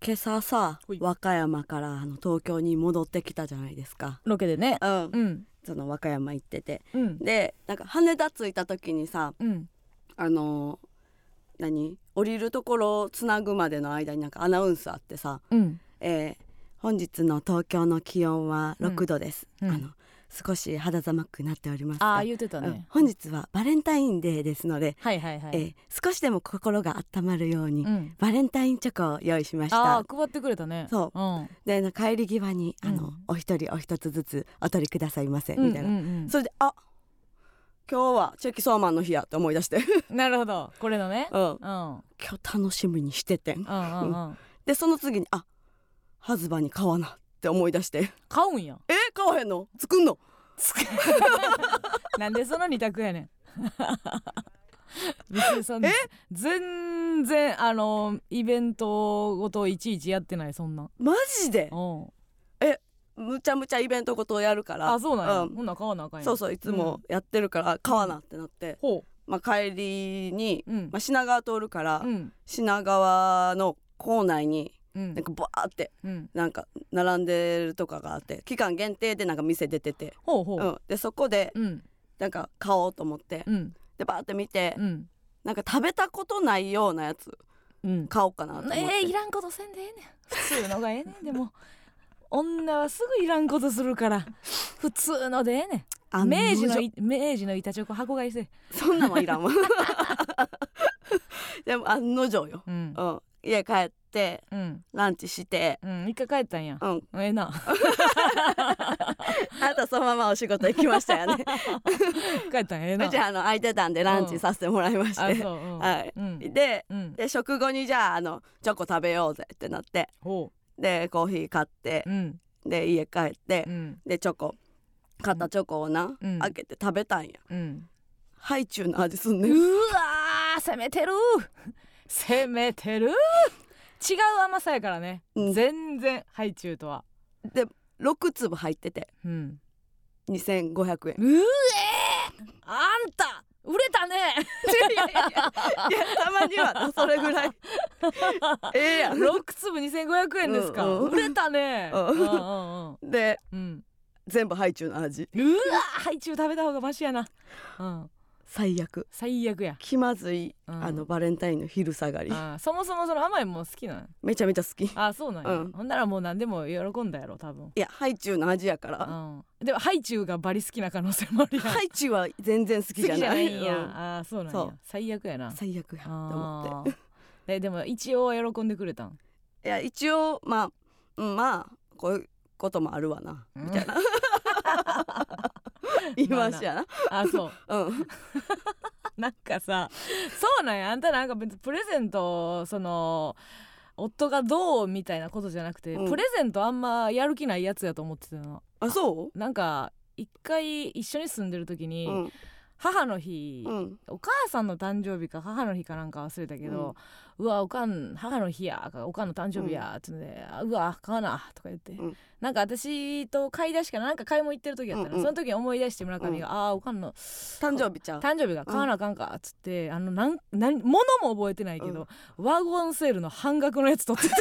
今朝さほい和歌山からあの東京に戻ってきたじゃないですかロケでねうんうんその和歌山行っててうんでなんか羽田着いた時にさうんあのー何降りるところをつなぐまでの間になんかアナウンスあってさうん「えー本日の東京の気温は6度です」うんうんあの少し肌寒くなっておりますあがあ言ってたうんね本日はバレンタインデーですので、はいはいはえいー少しでも心が温まるように、うんバレンタインチョコを用意しましあたあ配ってくれたねそううんでなんか帰り際にあの、うんお一人お一つずつお取りくださいませうんみたいな、うんうんそれであ今日はチェキソーマンの日やって思い出してうんなるほどこれのね今うんうん日楽しみにしててんうんうんでその次にあハズバに買わなって思い出して買うんやえ買わへんの作んのつくなんでその二択やねん 別にそんな全然あのイベントごといちいちやってないそんなマジでうんむちゃむちゃイベントごとをやるからあそうなんやうんほんなら買わなあかんやんそうそういつもやってるから買わなってなって、ほまあ、帰りに、ううんまあ、品川通るから、うん品川の構内にうんなんかバーってうんなんか並んでるとかがあって期間限定でなんか店出てて、ほうほう、うんでそこでうんなんか買おうと思ってうんでバーって見てうんなんか食べたことないようなやつうん買おうかなと思って、えー、いらんことせんでええねん普通のがええねんでも女はすぐいらんことするから普通のでええねあん明無治の情い明治の板チョコ箱買いせえそんなんはいら んわでも案の定よ、うんうん、家帰ってうんランチしてうん一回帰ったんやうんええな あとそのままお仕事行きましたよ ね帰ったんやええなうちあの空いてたんでランチさせてもらいましあて、そううんはいうんでうんで食後にじゃああのチョコ食べようぜってなってほでコーヒー買ってううんで家帰ってうんでチョコ買ったチョコをな、うん開けて食べたんやうんハイチュウの味すんねんうわー攻めてる攻めてる違う甘さやからね、うん全然ハイチュウとは6粒入っててうん 2500円うえーあんた売れたねいやいやいやたまにはなそれぐ らいええやん六粒2500円ですか、うんうん売れたね、うんうんうんうんでうん全部ハイチュウの味うわーハイチュウ食べた方がマシやな、うん、最悪最悪や気まずい、うんあのバレンタインの昼下がりあーそもそもその甘いもん好きなんめちゃめちゃ好きいあーそうなんや、うんほんならもう何でも喜んだやろ多分やハイチュウの味やから、うん、でもハイチュウがバリ好きな可能性もあるやんハイチュウは全然好きじゃない好きじんや、ああそうなんそやう最悪やうなん最悪やと思あっーえでも一応は喜んでくれたんていや一応まあ、うん、まあこういうこともあるわなみたいな 言いましやな、あそううん なんかさそうなんやあんたなんか別にプレゼントその夫がどうみたいなことじゃなくて、うんプレゼントあんまやる気ないやつやと思ってたのあ そなんか一回一緒に住んでる時うに、うん母の日、うんお母さんの誕生日か母の日かなんか忘れたけど、うわおかん母の日やかおかんの誕生日やってので、あうわ買わなとか言って、うんなんか私と買い出しかななんか買い物行ってる時やったら、うんうんその時思い出して村上が、ああーおかんの誕生日ちゃう 誕生日が買わなあかんかっつって、あのなんなん物も覚えてないけど、ワゴンセールの半額のやつ 取ってて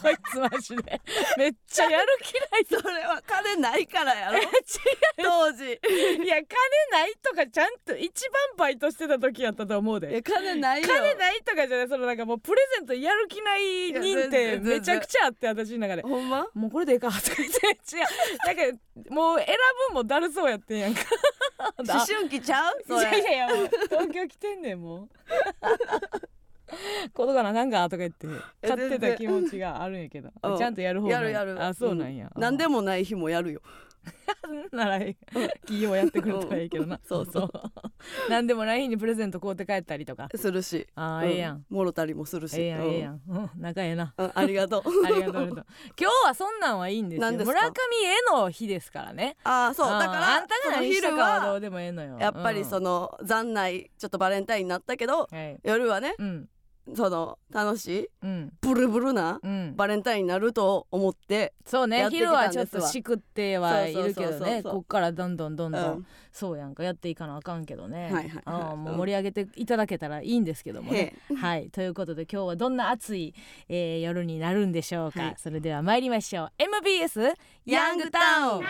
こいつマジでめっちゃやる気ないそれは金ないからやろ当時いや金ないとかちゃんと一番バイトしてた時やったと思うでいや金ないよ金ないとかじゃないそのなんかもうプレゼントやる気ない認いや定全然めちゃくちゃあって私の中で。ほんまもうこれでいいかとか言って違うなんかもう選ぶんもだるそうやってんやんか 思春期ちゃうそいやいれ やいやもう東京来てんね んもうことがなあかんかとか言ってえ買って全然た気持ちがあるんやけどうんちゃんとやる方やるやるあそうなんや、何でもない日もやるよなら企業やってくれたらいいけどうなんそうそうう何でも ない日にプレゼント買うて帰ったりとかするしああ、うんええやんもろたりもするしええやんうんええやん、うん、仲ええなうんありがとう ありがとうありがとう今日はそんなんはいいんですよ何ですか村上への日ですからねああそうあーだからあんたがその何した昼かはどはうでもええのよやっぱりその、の残内ちょっとバレンタインになったけどうんはい夜はねうん、その楽しいうんブルブルなうんバレンタインになると思って、そうやねってきた昼んではすちょわっとしくってはいるけそうそうどそうそうねそうこっからどんどんどんうどん、ん、そうやんかやっていかなあかんけどはね、いはいはいああもううん盛り上げていただけたらいいんですけどもねへ。はいということで今日はどんな暑い、えー夜になるんでしょうか、はいそれでは参りましょう MBS ヤングタウン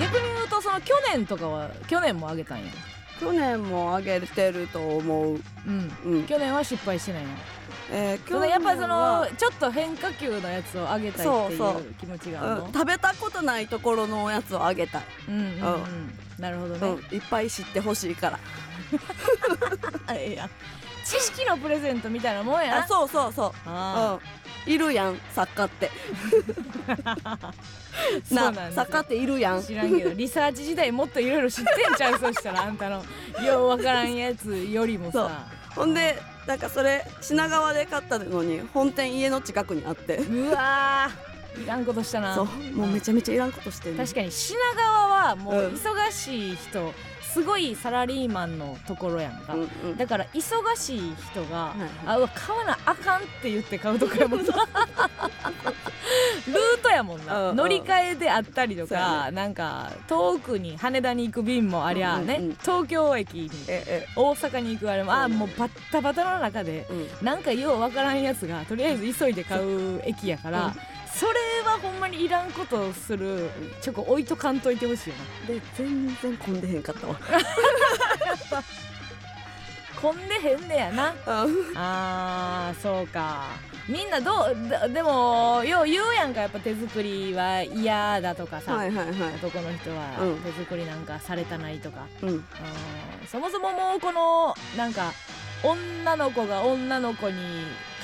逆に言うとその去年とかは去年もあげたんや、去年もあげてると思う、うん、うん去年は失敗してないのえーそ去の年やっぱそのはちょっと変化球のやつをあげたいっていそうそう気持ちがあるうのん、食べたことないところのやつをあげたい、うんうんうんうんなるほどうんね、いっぱい知ってほしいからあいや知識のプレゼントみたいなもんやなあそうそうそうあうん、いるやん作家 ってーそうななんですよ作家っているやん知らんけどリサーチ時代もっといろいろ知ってんちゃうそうしたらあんたのようわからんやつよりもさ ほんでなんかそれ品川で買ったのに本店家の近くにあってうわーいらんことしたなそうもうめちゃめちゃいらんことしてんね確かに品川はもううん忙しい人、すごいサラリーマンのところやんか、うんうんだから忙しい人が、はいはいあうわ買わなあかんって言って買うとこやもんなルートやもんな、うんうん乗り換えであったりとそうやか、なんか遠くに羽田に行く便もありゃね、うんうんうん東京駅にええ大阪に行くあれもそうあなーのもうバッタバタの中でうんなんかようわからんやつがとりあえず急いで買う駅やから、うんそれはほんまにいらんことをするチョコ置いとかんといてほしいよなで全然混んでへんかったわ混んでへんねやなあーそうかみんなどうだでもよう言うやんかやっぱ手作りは嫌だとかさ、はいはいはい男の人はうん手作りなんかされたないとか、うんあーそもそももうこのなんか女の子が女の子に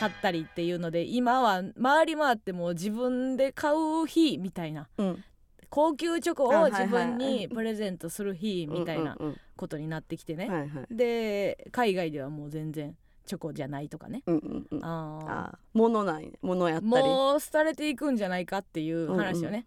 買ったりっていうので今は回り回ってもう自分で買う日みたいなうん高級チョコあをはいはい自分にプレゼントする日みたいなうんうんことになってきてうんね、はいはいで海外ではもう全然チョコじゃないとかねうんうんうんああー物ない物やっーたりもう廃れていくんじゃないかっていう話をね、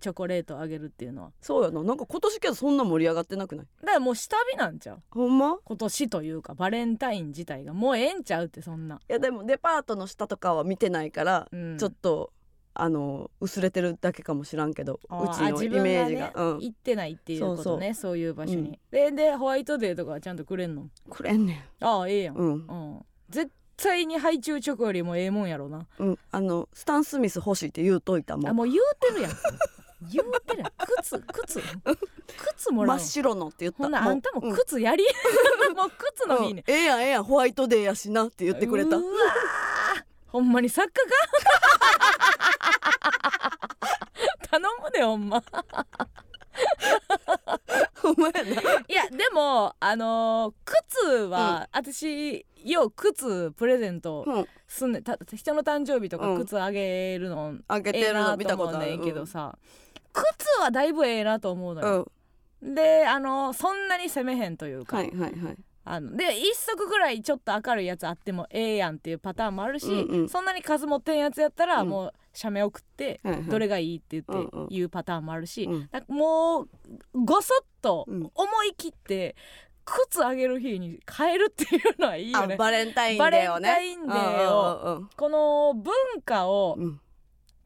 チョコレートをあげるっていうのはそうやななんか今年けどそんな盛り上がってなくないだからもう下火なんちゃうほんま今年というかバレンタイン自体がもうええんちゃうってそんないやでもデパートの下とかは見てないから、うんちょっとあの薄れてるだけかもしらんけどうあーちあの自イ分がねメージがうん、行ってないっていうことねそそううそいう場所に、ででホワイトデーとかはちゃんとくれんのくれんねああええやん、んうん、うん絶対にハイチュウチョコよりもええもんやろなうん、あのスタン・スミス欲しいって言うといたもあんもう言うてるやん言うてるやん靴靴靴も真らうっの白のって言ったほなうあんたもうん靴やり、 もう靴の日ね、うんええやんええやんホワイトデーやしなって言ってくれたうわーほんまに作家 か頼むでほんま ほんまやないやでもあのー靴は、私よう靴プレゼントうんすんねんた人の誕生日とかうん靴あげるの開けえてえるなの見たとこ思うとあねるんけどさ、靴はだいぶええなと思うのうん、うよ、んであのーそんなに攻めへんというか、はいはいはいあので一足ぐらいちょっと明るいやつあってもええやんっていうパターンもあるし、うんうんそんなに数持ってんやつやったらうんもう写メ送ってはいはいどれがいいって言っうんうんていうパターンもあるし、うんなんかもうごそっとうん思い切って靴あげる日に変えるっていうのはいいよあね。バレンタインデーをねバレンタインデーをこの文化をうん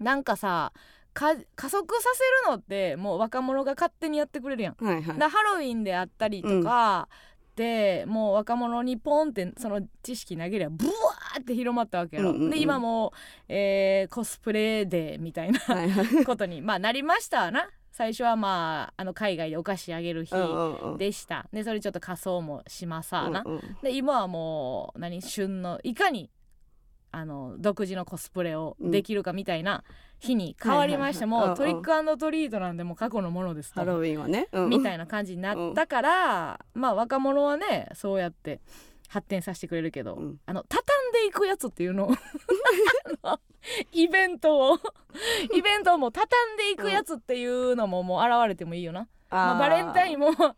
なんかさか加速させるのってもう若者が勝手にやってくれるやん。はいはい だハロウィンであったりとか、でもう若者にポンってその知識投げりゃブワーって広まったわけやろ、うんうんうんで今もう、えーコスプレデーみた いなはいはいことに、まあ、なりましたわな最初はまああの海外でお菓子あげる日うんうんうんでした、でそれちょっと仮装もしまさあな、うんうんで今はもう何旬のいかにあの独自のコスプレをできるかみたいな日に変わりまして、はいはいはいもうトうんリうんックトリートなんでもう過去のものですとハロウィンはねみたいいな感じになったから、まあ若者はねそうやって発展させてくれるけど、うんあの畳んでいくやつっていうのを あのイベン トをイベントをもう畳んでいくやつっていうのももう現れてもいいよな、まあ、バレンタインンも「や めー!」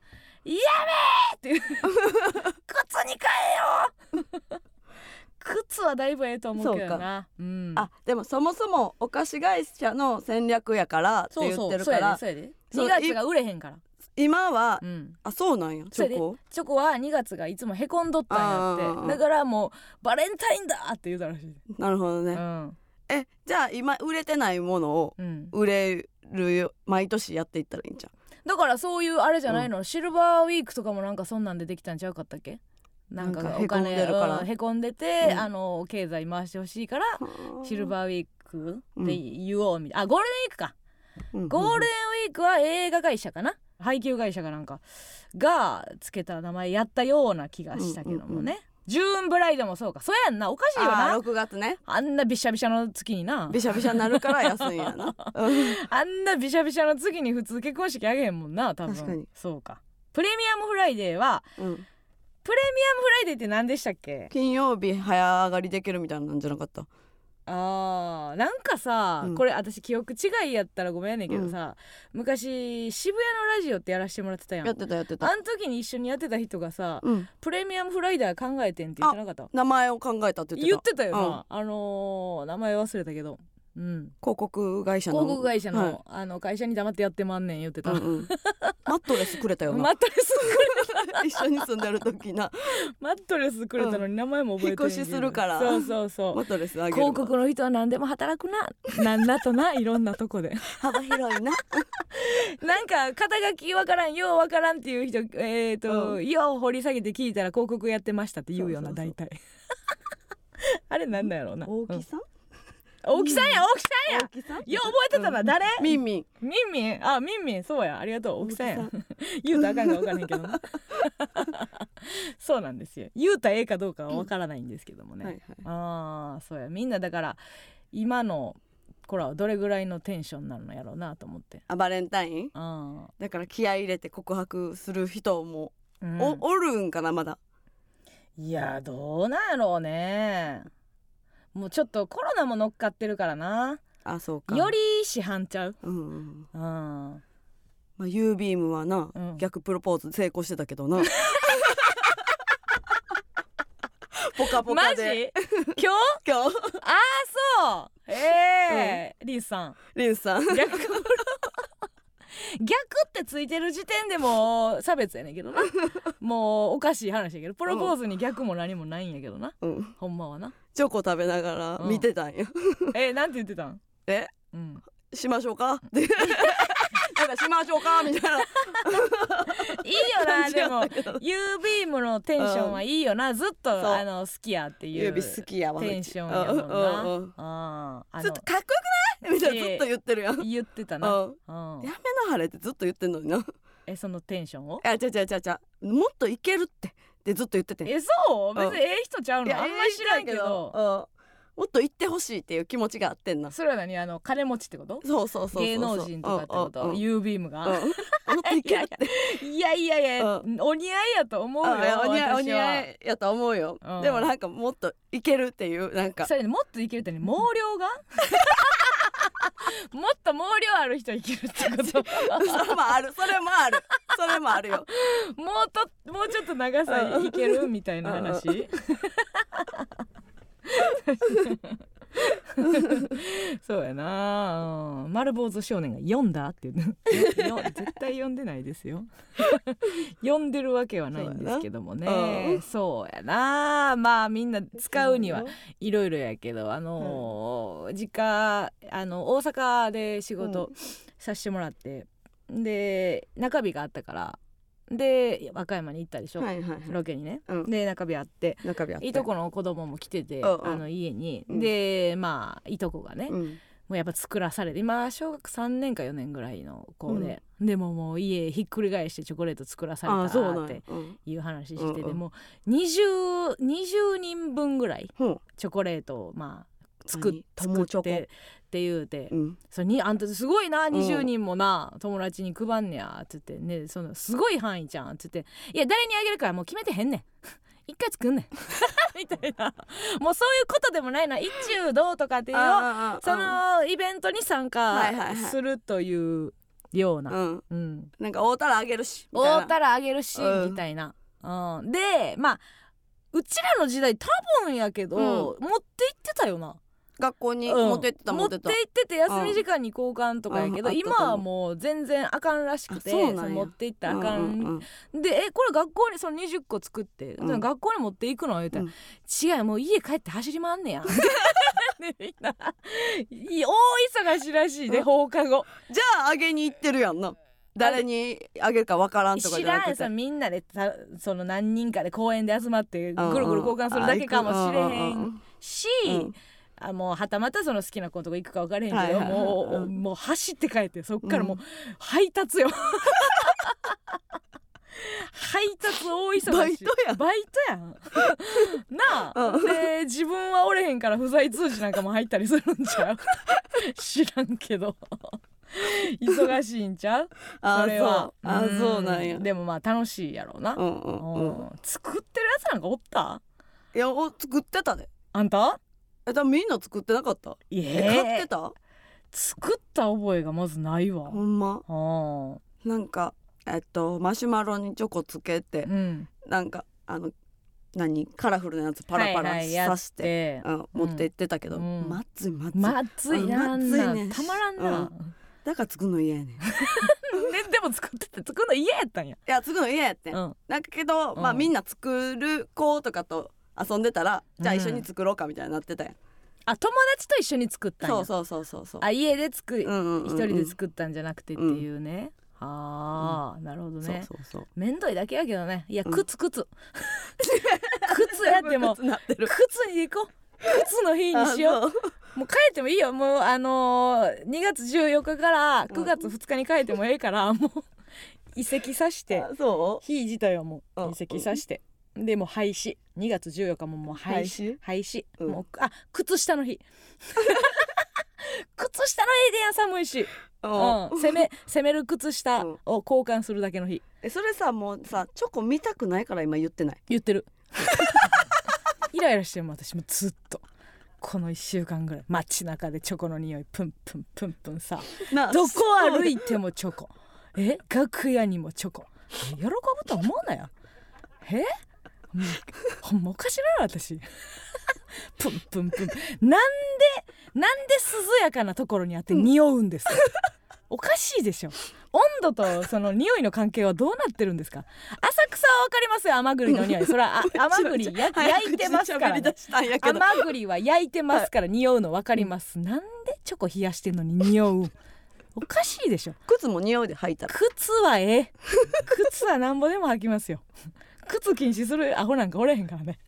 っていう「靴に変えよう!」 靴はだいぶええと思うけどなうんあでもそもそもお菓子会社の戦略やからってそう言そっうてるそかうやでらそうやでそう2月が売れへんから今はうんあそうなんやチョコチョコは2月がいつもへこんどったんやあっーあてーだからもうバレンタインだって言うたらしい、なるほどうねんえじゃあ今売れてないものをうん、売れるよ毎年やっていったらいいんじゃんだからそういうあれじゃないの、シルバーウィークとかもなんかそんなんでできたんちゃうかったっけなんかなんかお金へこんでるからうんへこんでて、うんあの経済回してほしいからシルバーウィークって言おうみたいな、あゴールデンウィークかうんゴールデンウィークは映画会社かな配給会社かなんかがつけた名前やったような気がしたけどもね、うんうんうジューンブライドもそうかそうやんなおかしいよあなー6月ねあんなびしゃびしゃの月になびしゃびしゃになるから安いんや なうんあんなびしゃびしゃの次に普通結婚式あげへんもんな多分確かにそうかプレミアムフライデーはうんプレミアムフライデーって何でしたっけ金曜日早上がりできるみたいなんじゃなかったあーなんかさ、うんこれ私記憶違いやったらごめんやねんけどさ、昔渋谷のラジオってやらしてもらってたやんやってたやってたあん時に一緒にやってた人がさうんプレミアムフライダー考えてんって言ってなかった名前を考えたって言ってた言ってたよな、あのー名前忘れたけどうん広告会社の広告会社の,、はいあの会社に黙ってやってまんねん言ってた、うんうん マットレスくれたよなマットレスくれ一緒に住んでる時 なたマットレスくれたのに名前も覚えてな引い、っ越しするからそうそうそマットレスあげるう広告の人は何でも働くななんだとないろんなとこで幅広いな なんか肩書きわからんようわからんっていう人えっ、と、うよう掘り下げて聞いたら広告やってましたって言うようなそうそうそう大体 あれなんだやろうな大うんきさん大木さんや大木さんや大きさんよう覚えてたな、うん誰ミンミンみんみんあみんみんそうやありがとう大木さんや大木言うたらあかんか分からへんけどな そうなんですよ言うたらええかどうかは分からないんですけどもね、はいはいああそうやみんなだから今の子らはどれぐらいのテンションなのやろうなと思ってあバレンタインああ、だから気合い入れて告白する人もうんお,、おるんかなまだいやどうなんやろうねもうちょっとコロナも乗っかってるからなあそうかより市販ちゃううんうんうんまあ U ビームはな、うん逆プロポーズ成功してたけどなポカポマカジで今日今日あそうええーリンさんリンさん逆プロ逆ってついてる時点でもう差別やねんけどなもうおかしい話やけどプロポーズに逆も何もないんやけどな、うんほんまはなチョコ食べながら見てたんよ、えなんて言ってたんえうん、しましょうかってなんかしましょうかみたいない いよな感じでやっもたけど U ビームのテンションはいいよなずっそうとあの好きやっていう指好きやわテンションやもんうな、んうんうんあーあちょのっとかっこよくないみたいなずっと言ってるやん、言ってたな、うんうんやめ、なはれってずっと言ってんのになえそのテンションをあちゃちゃちゃちゃもっといけるってってずっと言っててえそう別うんにええ人ちゃうのあんまり知らんけどうんもっと言ってほしいっていう気持ちがあってんなそれは何あの金持ちってことそうそうそうそう芸能人とかってこうんうんとうん U ビームうんがもっといけるって いやいやいやうお似合いやと思うよあいやお似合いお私似は合いやと思うよ、うんでもなんかもっといけるっていうなんかそれねもっといけるってね毛量が もっと毛量ある人いけるってこ とそれもあるそれもあるそれもあるよもうともうちょっと長さいけるみたいな話そうやな、うん、丸坊主少年が「読んだ?」って 言うのよ絶対読んでないですよ読んでるわけはないんですけどもそうやなうねんそうやなまあみんな使うにはいろいろやけどあのー実家あの大阪で仕事させてもらって、で中日があったからで和歌山に行ったでしょ、はいはいはいロケにね。うんで中日あって中日あっていとこの子供も来てて、うんうんあの家に、うんでまあいとこがね、うもんうやっぱ作らされて今小学3年か4年ぐらいの子で、でももう家ひっくり返してチョコレート作らされあたそうなっんやてうんいう話してて、うんうんもう 20, 20人分ぐらいほうチョコレートをまあ作っ何作友っチョコてって言うて、うんそれにあんたすごいなうん20人もな、友達に配んねやっつってねそのすごい範囲じゃんっつっていや誰にあげるかはもう決めてへんね ん一回作んねん みたいなもうそういうことでもないな一中どうとかっていうよあーそのイベントに参はいはいは加いするというような、うんうん、なんか会うたらあげるしみたいなおうたらあげるし、うんみたいな、うん、でまあううちらの時代多分やけど、うん持って行ってたよな、学校にうん持ってってた、持ってた行ってて休み時間に交換とかやけど、うんああったと思う今はもう全然あかんらしくてあそうなんやの持って行ったらあかうん、んうんうんでえこれ学校にその20個作って、うん学校に持っていくの言うたら、うん違うもう家帰って走り回 んねや でみんない大忙しらしいでうん放課後じゃああげに行ってるやんな誰にあげるかわからんとか知じゃならんくさてみんなでさその何人かで公園で集まってぐるぐる交換するだけかもしれへんし、うんあもうはたまたその好きな子のとこ行くか分からへんけど、はいはいはいもう、うんもう走って帰ってそっからもう、うん配達よ配達大忙しいバイトやんバイトやんなあ、うんで自分はおれへんから不在通知なんかも入ったりするんちゃう 知らんけど忙しいんちゃうあそれはそうあんそうなんやでもまあ楽しいやろうな、うんうんうんうん作ってるやつなんかおったいやお作ってたであんたえ多分みんな作ってなかったええ買ってた作った覚えがまずないわ。ほんまあなんかえっとマシュマロにチョコつけあ、てうん、なんかあの何カラフルなやつパラパラはいはいや刺っしてて、うん持って行ってたけどうんまっついまっついまずいな、あんなまずいねたまらんな。うだから作るの嫌やねんい ね、でも作ってて作るの嫌やったんや。や作るの嫌やってんうん、なんかけどまあうんみんな作る子とかと遊んでたらじゃあ一緒に作ろうかみたいになってたやんあ、友達と一緒に作ったんや。そうそうそうそうそうあ、家で作り、うんうんうんうん一人で作ったんじゃなくてっていうね。ああ、なるほどね。そうそうそうめんどいだけやけどね。いや、うん靴靴。 靴やって も靴なってる靴に行こう。靴の日にしよう。あそうもう帰ってもいいよもうあのー、2月14日から9月2日に帰ってもええから、 もう移籍さしてあ そう日自体はもうんう移籍さして、でもう廃止2月14日ももう廃止廃止、うんもうあ靴下の日 靴下の日でやん寒いし、うんうん、攻め攻める靴下を交換するだけの日えそれさもうさチョコ見たくないから今言ってない言ってる イライラしてるもん私もずっとこの1週間ぐらい街中でチョコの匂いプンプンプンプンさなどこ歩いてもチョコえ楽屋にもチョコ喜ぶと思うなよえもうほんまおかしなの私プンプンプンなんでなんで涼やかなところにあって匂うんですかおかしいでしょ温度とその匂いの関係はどうなってるんですか浅草はわかりますよ甘栗の匂いそれ はあ甘栗や焼いてますから、早口で喋りね出、したんやけど甘栗は焼いてますから匂うの分かります、なんでチョコ冷やしてんのに匂う おかしいでしょ靴も匂いで履いたら靴はええ靴はなんぼでも履きますよ靴禁止するアホなんかおれへんからね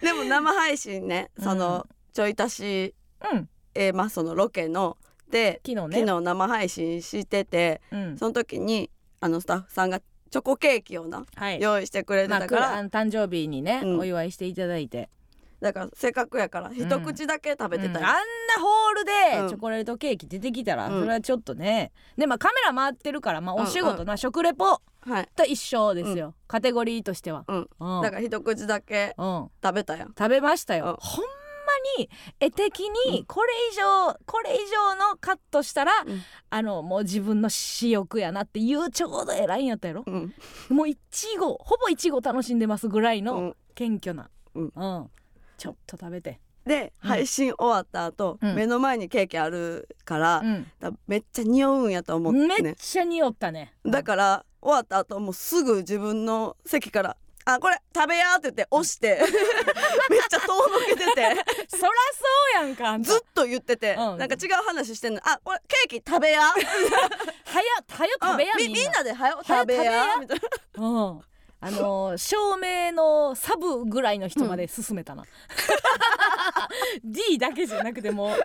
でも生配信ねそのちょい足しうんえーまあそのロケので昨日ね昨日生配信しててうんその時にあのスタッフさんがチョコケーキをなはい用意してくれてまあたくからあらの誕生日にね、うんお祝いしていただいてだからせっかくやから一口だけ食べてたうんあよんなホールうんでチョコレートケーキ出てきたら、うんそれはちょっとねでまあカメラ回ってるからまあお仕うんう事な、食レポはいと一緒ですよ、カテゴリーとしては、うんうんだから一口だけうん食べたやん食べましたよ、うんほんまに絵的うにこれ以上、これ以上のカットしたら、うんあのもう自分の私欲やなっていうちょうどええラインやったやろうんもういちごほぼいちご楽しんでますぐらいうのん謙虚な、うんちょっと食べて、でうん配信終わった後うん目の前にケーキあるからうんだからめっちゃ匂うんやと思ってめっねちゃ匂ったねだから終わった後もうすぐ自分の席から「あこれ食べや」って言って押してめっちゃ遠のけててらそら そうやんかあんたずっと言っててうんなんか違う話してんの「あこれケーキ食べや」早早食べやうんみんみなみんなではよ早食べや食べやみたいなうんあのー照明のサブぐらいの人まで進めたな、D だけじゃなくてもう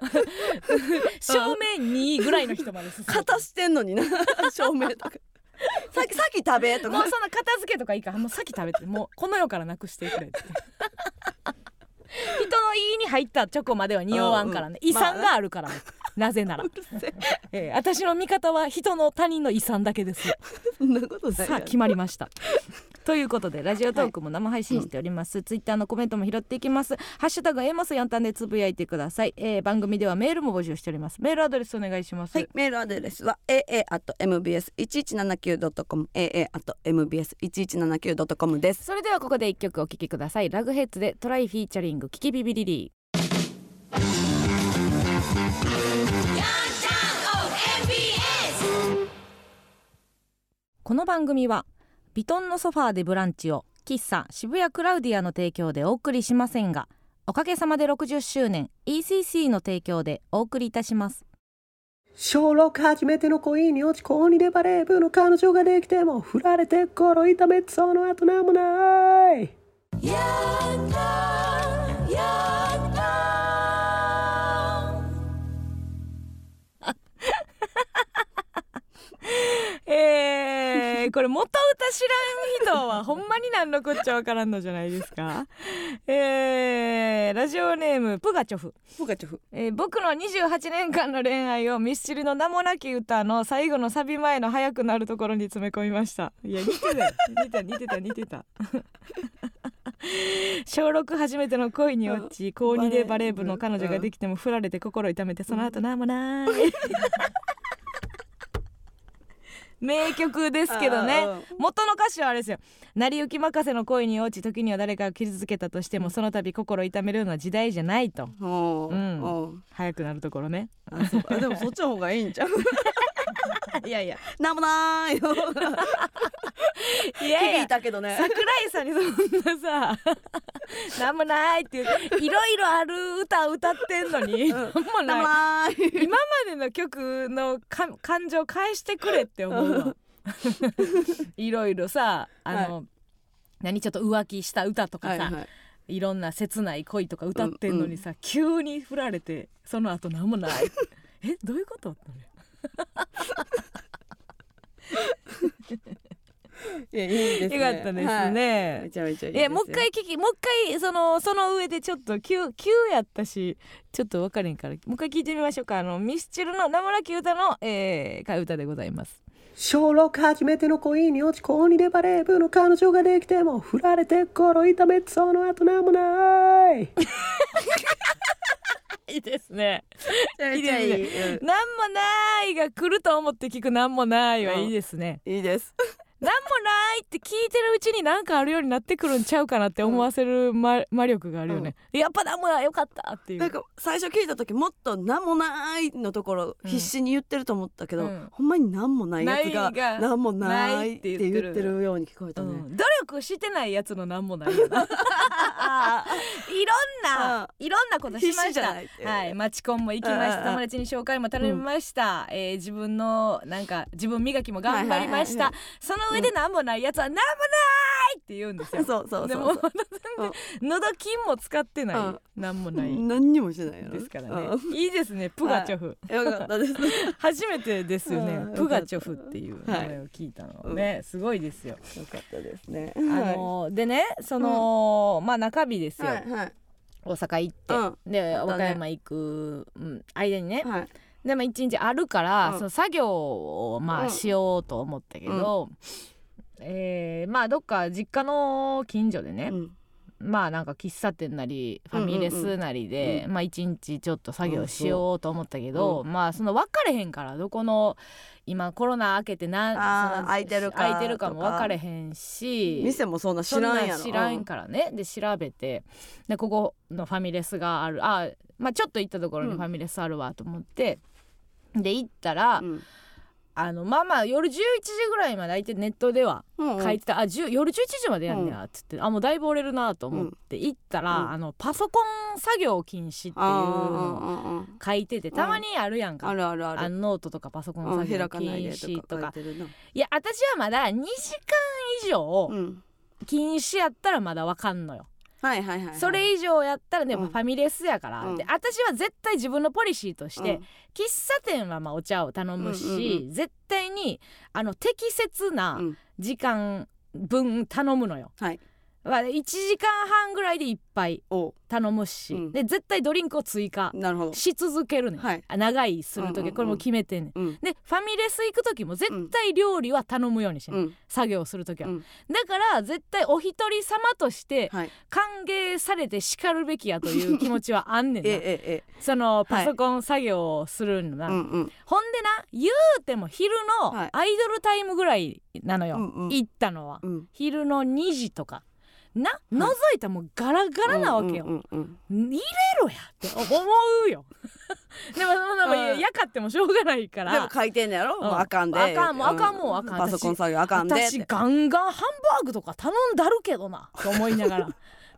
照明2ぐらいの人まで進めた片してんの にな照明とかさっきさっき食べともうかそんな片付けとかいいからもう先食べてもうこの世からなくしてくれって人の家に入ったチョコまでは匂わんからね、うんうん遺産があるからね、なぜな ら、えー私の味方は人の他人の遺産だけですそんなことないやさあん決まりました ということでラジオトークも生配信しております、ツイッターのコメントも拾っていきますハッシュタグエモス四端でつぶやいてください、えー、番組ではメールも募集しておりますメールアドレスお願いします、はい、メールアドレスは aa at mbs 一一七九ドットコム aa at mbs 一一七九ドットコムです。それではここで一曲お聴きくださいラグヘッズでトライフィーチャリングキキビビリリこの番組はビトンのソファーでブランチを喫茶渋谷クラウディアの提供でお送りしませんがおかげさまで60周年 ECC の提供でお送りいたします小6初めての恋に落ち高2でバレー部の彼女ができても振られて心痛めてその後なんもない えー、これ元歌知らん人はほんまに何のこっちゃわからんのじゃないですかえー、ラジオネームプガチョフポカチョフ。えー僕の28年間の恋愛をミスチルの名もなき歌の最後のサビ前の早くなるところに詰め込みましたいや似てた似てた似てた似てた 小6初めての恋に落ち高2でバレー部の彼女ができても振られて心痛めてその後なんもない 名曲ですけどねあーうん元の歌詞はあれですよ成り行き任せの恋に落ち時には誰かを傷つけたとしてもその度心痛めるような時代じゃないとおううんおう早くなるとこ ろねあそうあでもそっちの方がいいんじゃ ん。いやいやなんもないよ。い響いたけどね。桜井さんにそんな さ「なんもない」っていういろいろある歌を歌ってんのに、なんもなんもないない。今までの曲のか感情返してくれって思うわ いろいろさあの、何ちょっと浮気した歌とかはいさ、はいい。ろんな切ない恋とか歌ってんのにさ、急に振られてその後なんも ないえどういうこといやいいですね。よかったですはい。ね、めちゃめちゃいいですえよ。もう一回聞きもう一回そのその上でちょっと急急やったしちょっと分かれんからもう一回聞いてみましょうかあのミスチルの「名もなき歌の」えー、替え歌でございます小6初めての恋に落ち高2でバレー部の彼女ができても振られて心痛めてその後なん もないいいですねめちゃめちゃいい。うん「なんもない」が来ると思って聞く「なんもない」はうんいいですねいいです。 「なんもない」って聞いてるうちになんかあるようになってくるんちゃうかなって思わせる魔魔力があるよね、やっぱ「なんもない」よかったっていうなんか最初聞いた時もっと「なんもない」のところうん必死に言ってると思ったけど、うんほんまになんもないやつがないが「なんもない」って言ってないって言ってるように聞こえたうね。ん努力してないやつのなんもないよな いろんな、いろんなことしま必死しじゃたないっていうはいマチコンも行きましうんうんたうん友達に紹介も頼みました、えー自分のなんか自分磨きも頑張りました、はいはいはいはその上でなんもないやつはなんもないって言うんですよそうそうそうそうでも喉筋も使ってない、うんなんもない何にもしてないやろですからね、いいですねプガチョフ、うんよかったです。よ初めてですようねんプガチョフっていう名前を聞いたのはね、すごい ですよかったですね。あのでねその、まあ中日ですよ、はいはいはい大阪行って、うでそうだね和歌山行く、うん、間にね、はいでも一日あるから、うんその作業をまうあんしようと思ったけど、えーまあどっか実家の近所でねう、んまあなんか喫茶店なりファミレスなりうんで、うんうまあ一日ちょっと作業しようと思ったけど、まあその分かれへんからどこの今コロナ明けてあーな空いてるか空いてるかもとか分かれへんし店もそんなそ知んらなんやろ。知らんからねで調べてでここのファミレスがあるあまあちょっと行ったところにうんファミレスあるわと思って、で行ったら、うんあのまあまあ夜11時ぐらいまで大体ネットではうんうん書いてた、あ10夜11時までやんねやっつって、あもうだいぶ折れるなと思って行ったら、うんあのパソコン作業禁止っていうのをあーうんうんうん書いててたまにあるやんか、あるあるあある。のノートとかパソコンう作ん業開かないで禁止ととか書いかてるな。いや私はまだ2時間以上うん禁止やったらまだわかんのよ。はいはいはいはい。それ以上やったらね、うんまあファミレスやから、うんで私は絶対自分のポリシーとして、うん喫茶店はまあお茶を頼むし、うん絶対にあの適切なうん時間分頼むのよ。はいは1時間半ぐらいでいっぱいお頼むし、うんで絶対ドリンクを追加なるほどし続けるねん、はいあ長いするうんうんう時んこれも決めてんねん、うんでファミレス行く時も絶対料理は頼むようにしてんねんうん作業する時は、うんだから絶対お一人様としてはい歓迎されて叱るべきやという気持ちはあんねん ええなええそのパソコン作業をするんだな、うんうんほんでな言うても昼のはいアイドルタイムぐらいなのよ、うんうん行ったのは、うん昼の2時とかな覗いたらもうガラガラなわけよ、うんうんうん入れろやって思うよ でもでもうんやかってもしょうがないかでもら書いてんのやろ、んもうあかんであかんもうあかんうもうあかんパソコン作業あかんで私ガンガンハンバーグとか頼んだるけ どなと思いながら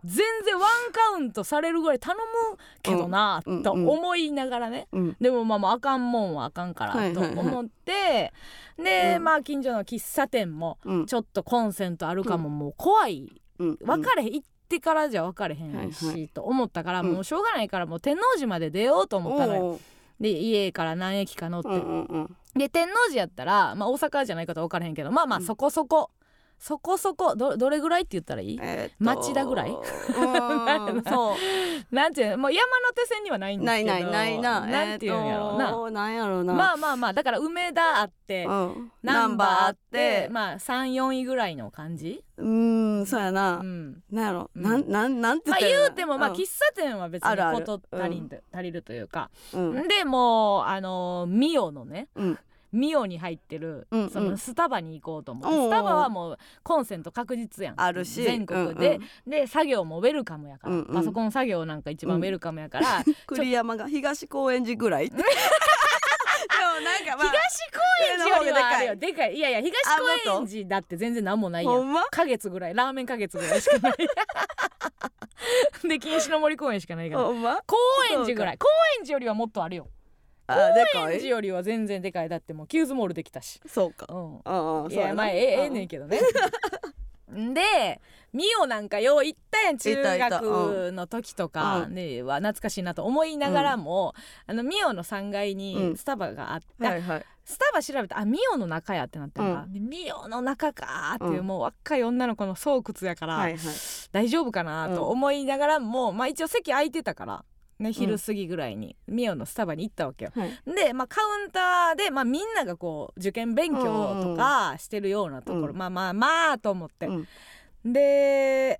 全然ワンカウントされるぐらい頼むけどな、うんとうんうん思いながらねうんでもまあまああかんもんはあかんかはらいとはいはい思って、で、うんまあ近所の喫茶店もうんちょっとコンセントあるかももう怖いうん分かれへん行ってからじゃ分かれへんし、はいはと思ったからうんもうしょうがないからもう天王寺まで出ようと思ったのよ。おーで家から何駅か乗って、うんうんうんで天王寺やったら、まあ、大阪じゃないかと分からへんけどまあまあうんそこそこ、そこそこどどれぐらいって言ったらいい えーっと町田ぐらい うんそなんていうのもう山手線にはないんうですけ ないどないないななんていうんやろうな、えーっとなんやろうなまあまあまあだから梅田あって、うんナンバーあっナンバーあっててまあ34位ぐらいの感じ、うーんそうやな、うん、なんやろ、うんなんなんなんてまあったらいい言のうてもまあん喫茶店は別にあるあること足りんと足りるというか、うんでもうあのミオのねうんミオに入ってるうんうんそのスタバに行こうと思って、うんうんスタバはもうコンセント確実やんあるし全国で、で作業もウェルカムやから、うんうんパソコン作業なんか一番ウェルカムや から、東栗山が東高円寺ぐらいって でもなんかまあ高円寺よりはある上の方よがでかいいやいや東あも高円っ寺だって全然何もないやほんんま花月ぐらいラーメン花月ぐらいしか ないで錦糸の森公園しかないから ほんま高円寺ぐらい高円寺よりはもっとあるよあーで高か円寺いよりは全然でかいだってもうキューズモールできたし、そうかうん、ああそういやなまあええええねんけどねん でミオなんかよう行ったやん中行った行った学の時とかうんねは懐かしいなと思いながらも、あのミオの3階うにんスタバがあって、はいはいスタバ調べたあミオの中やってなったから、ミオの中かーっていう、うんもう若い女の子の巣窟やから、はいはい大丈夫かなと思いながらも、まあ一応席空いてたから、ね、昼過ぎぐらいにミオのスタバに行ったわけよ。はいで、まあ、カウンターで、まあ、みんながこう受験勉強とかしてるようなとこうろ、んまあまあまあと思っ て、うんで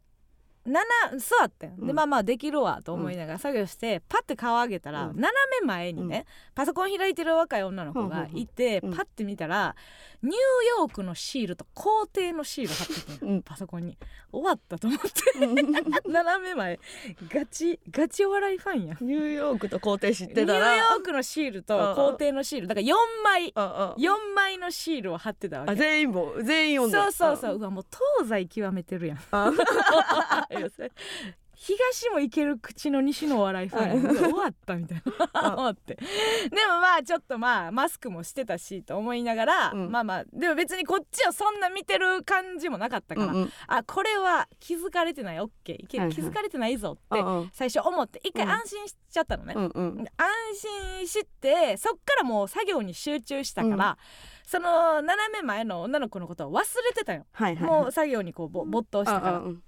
7座ってん、でうんまあまあできるわと思いながら作業してパッて顔上げたら、うん斜め前にね、パソコン開いてる若い女の子がいて、うんうんうんパッて見たらニューヨークのシールと皇帝のシール貼ってて、うんパソコンに終わったと思ってニ 斜め前ガチガチお笑いファンやん。ューヨークと皇帝知っニュてーたヨらークのシールと皇帝のシールだから4枚ああ4枚のシールを貼ってたわあけ全員も全員読そんでうそうそううわもう東西極め てるやん東も行ける口の西のお笑いファンやんうん終わったみたい な思ってでもまあちょっとまあマスクもしてたしと思いながら、うんまあまあでも別にこっちはそんな見てる感じもなかったうかんら、うんあこれは気づかれてないオッケーいけはるいはい気づかれてないぞっうてんうん最初思って一回うん安心しちゃったのね、うんうん安心してそっからもう作業に集中したから、うその斜め前の女の子のことを忘れてたよ、はいはいもう作業にこうぼ没頭してたから、うん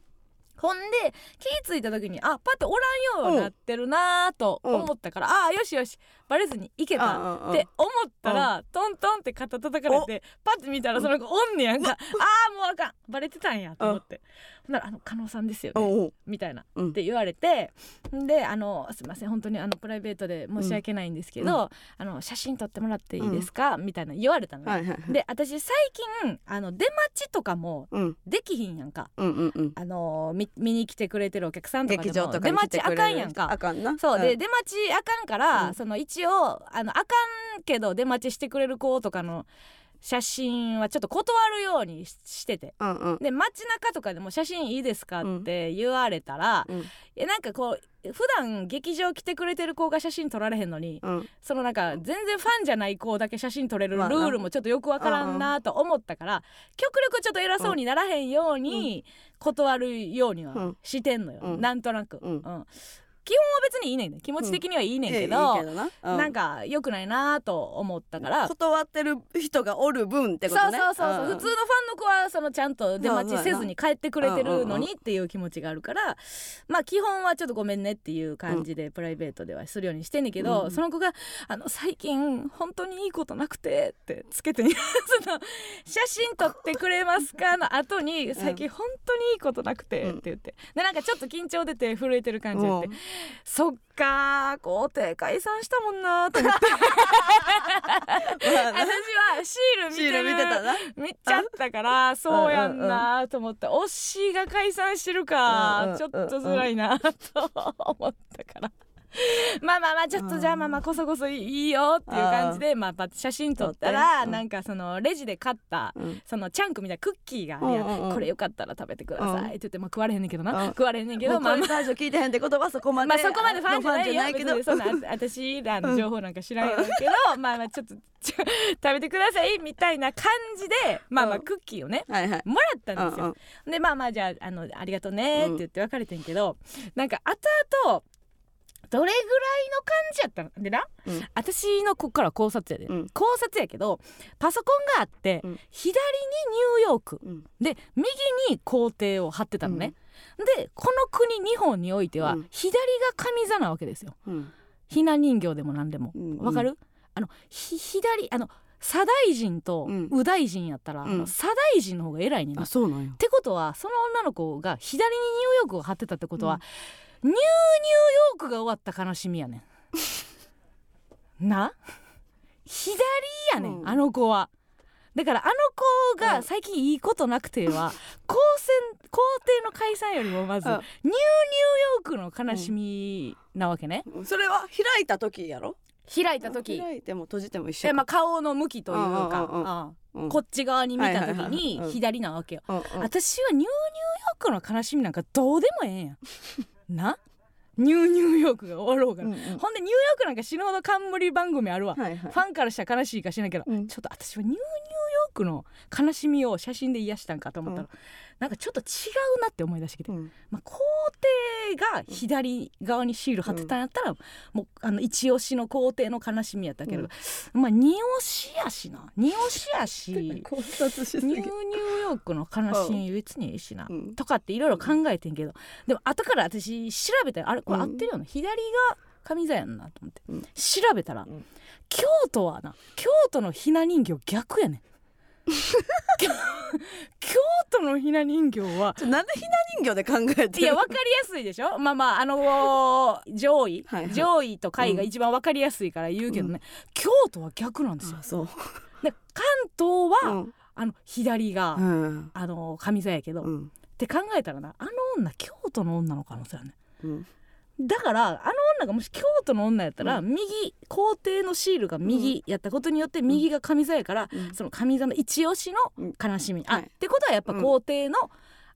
ほんで気ぃ付いた時にあパッておらんようになってるなーと思ったから、ああよしよしバレずにいけたうんうんうんって思ったら、トントンって肩叩かれてパッて見たらその子おんねやんか、ああもうあかんバレてたんやと思って、ほんなら「あの加納さんですようんね」おうみたいな、うんって言われてであの「すいません本当にあのプライベートで申し訳ないんですけど、あの写真撮ってもらっていいですか?」みたいな言われたのね、はいはいはいで私最近あの出待ちとかもうんできひんやんか、うんうんうんあの見見に来てくれてるお客さんとかで劇場もとか出に来待てちくあれるかんやんあか。かんなそうで、ん出待ちあかんから、うんその一応あのあかんけど出待ちしてくれる子とかの写真はちょっと断るようにししててうんうんで街中とかでも写真いいですかって言われたら、うんいやなんかこう普段劇場来てくれてる子が写真撮られへんのにうんそのなんか全然ファンじゃない子だけ写真撮れるルまあなールもちょっとよくわからんなと思ったから極力ちょっと偉そうにならへんように断るようにはしてんのよ、うんなんとなく、うんうん基本は別にいいねんね気持ち的にはいいねんけど,、いいけどな,、うなんか良くないなと思ったから断ってる人がおる分ってこそとうねそうそうそう、ん普通のファンの子はそのちゃんと出待ちせずに帰ってくれてるうんうんのうんにっていう気持ちがあるからまあ基本はちょっとごめんねっていう感じでプライベートではするようにしてんねんけど、うんその子が「あの最近本当にいいことなくて」ってつけてみその写真撮ってくれますか?」の後に「最近本当にいいことなくて」って言ってでなんかちょっと緊張出て震えてる感じやってう ん「そっかー校庭解散したもんな」と思ってまあ 私なはシール 見シてールる見てたな 見ちゃったからそうやんなと思って推しが解散してるうんうかんちょっと辛いなと思ったから。 まあまあまあちょっとじゃあまあまあこそこそいいよっていう感じでまあパッて写真撮った撮っらてなんかそのレジで買ったうんそのチャンクみたいなクッキーがあるやんうんうんうんこれよかったら食べてくださいって言ってまあ食われへんねんけどうんな食われへんねんけもどうまあこまれあ最初聞いてへんって言葉そこまでまあそこまでファンじゃないよけど別にそんなあ私らの情報なんか知らんよけど、まあまあちょっとちょ食べてくださいみたいな感じでまあまあうんクッキーをねはいはいもらったんですよ、うんでまあまあじゃああのありがとうねって言って別れてんけど、なんか後々どれぐらいの感じやったのでな、うん私のこっから考察やで、うん考察やけどパソコンがあって、うん左にニューヨークうんで右に皇帝を張ってたのね、でこの国日本においては、うん左が神座なわけですようんひな人形でも何でもうんわかる、あのひ左あの左大臣とうん右大臣やったら、うんあの左大臣の方が偉いねんなあそうなんやってことはその女の子が左にニューヨークを貼ってたってことは、ニューニューヨークが終わった悲しみやね ん。な左やねん、うんあの子は。だからあの子うがん最近いいことなくては、 高専校庭の解散よりもまず、うんニューニューヨークの悲しみなわけね。それは開いた時やろ開いた時開いても閉じても一緒え、まあ、顔の向きというか、うんうんうんうんこっち側に見た時はいはいはいにはいうん左なわけよ。あ私はニューニューヨークの悲しみなんかどうでもええ んやなニューニューヨークが終わろうから、ほんでニューヨークなんか死ぬほど冠番組あるわ、はいはいファンからしたら悲しいかしらんけど、うんちょっと私はニューニューヨークの悲しみを写真で癒したんかと思ったら、なんかちょっと違うなって思い出してきて、うんまあ、皇帝が左側にシール貼ってたんやったら、もうあの一押しの皇帝の悲しみやったけど、まあ二押しやしな二押しやし考察しすニュぎーニューヨークの悲しみ別にいいしな、うんとかっていろいろ考えてんけどでも後から私調べたらあれこれ合ってるよな、左が上座やんなと思って、うん調べたら、ん京都はな京都のひな人形逆 やねん京都のひな人形 はちょなんでひな人形で考えているや分かりやすいでしょまあまああのー上位はいはい上位と下位が一番分かりやすいから言うけどね、京都は逆なんですよ。あそうで関東は、んあの左が、うんあの上座やけど、うっんて考えたらなあの女京都の女の可能性あるねうんだからあの女がもし京都の女やったら、右皇帝のシールが右やったことによって右が上座やから、うんその上座の一押しの悲しみ、あ、はいってことはやっぱ皇帝の,あの、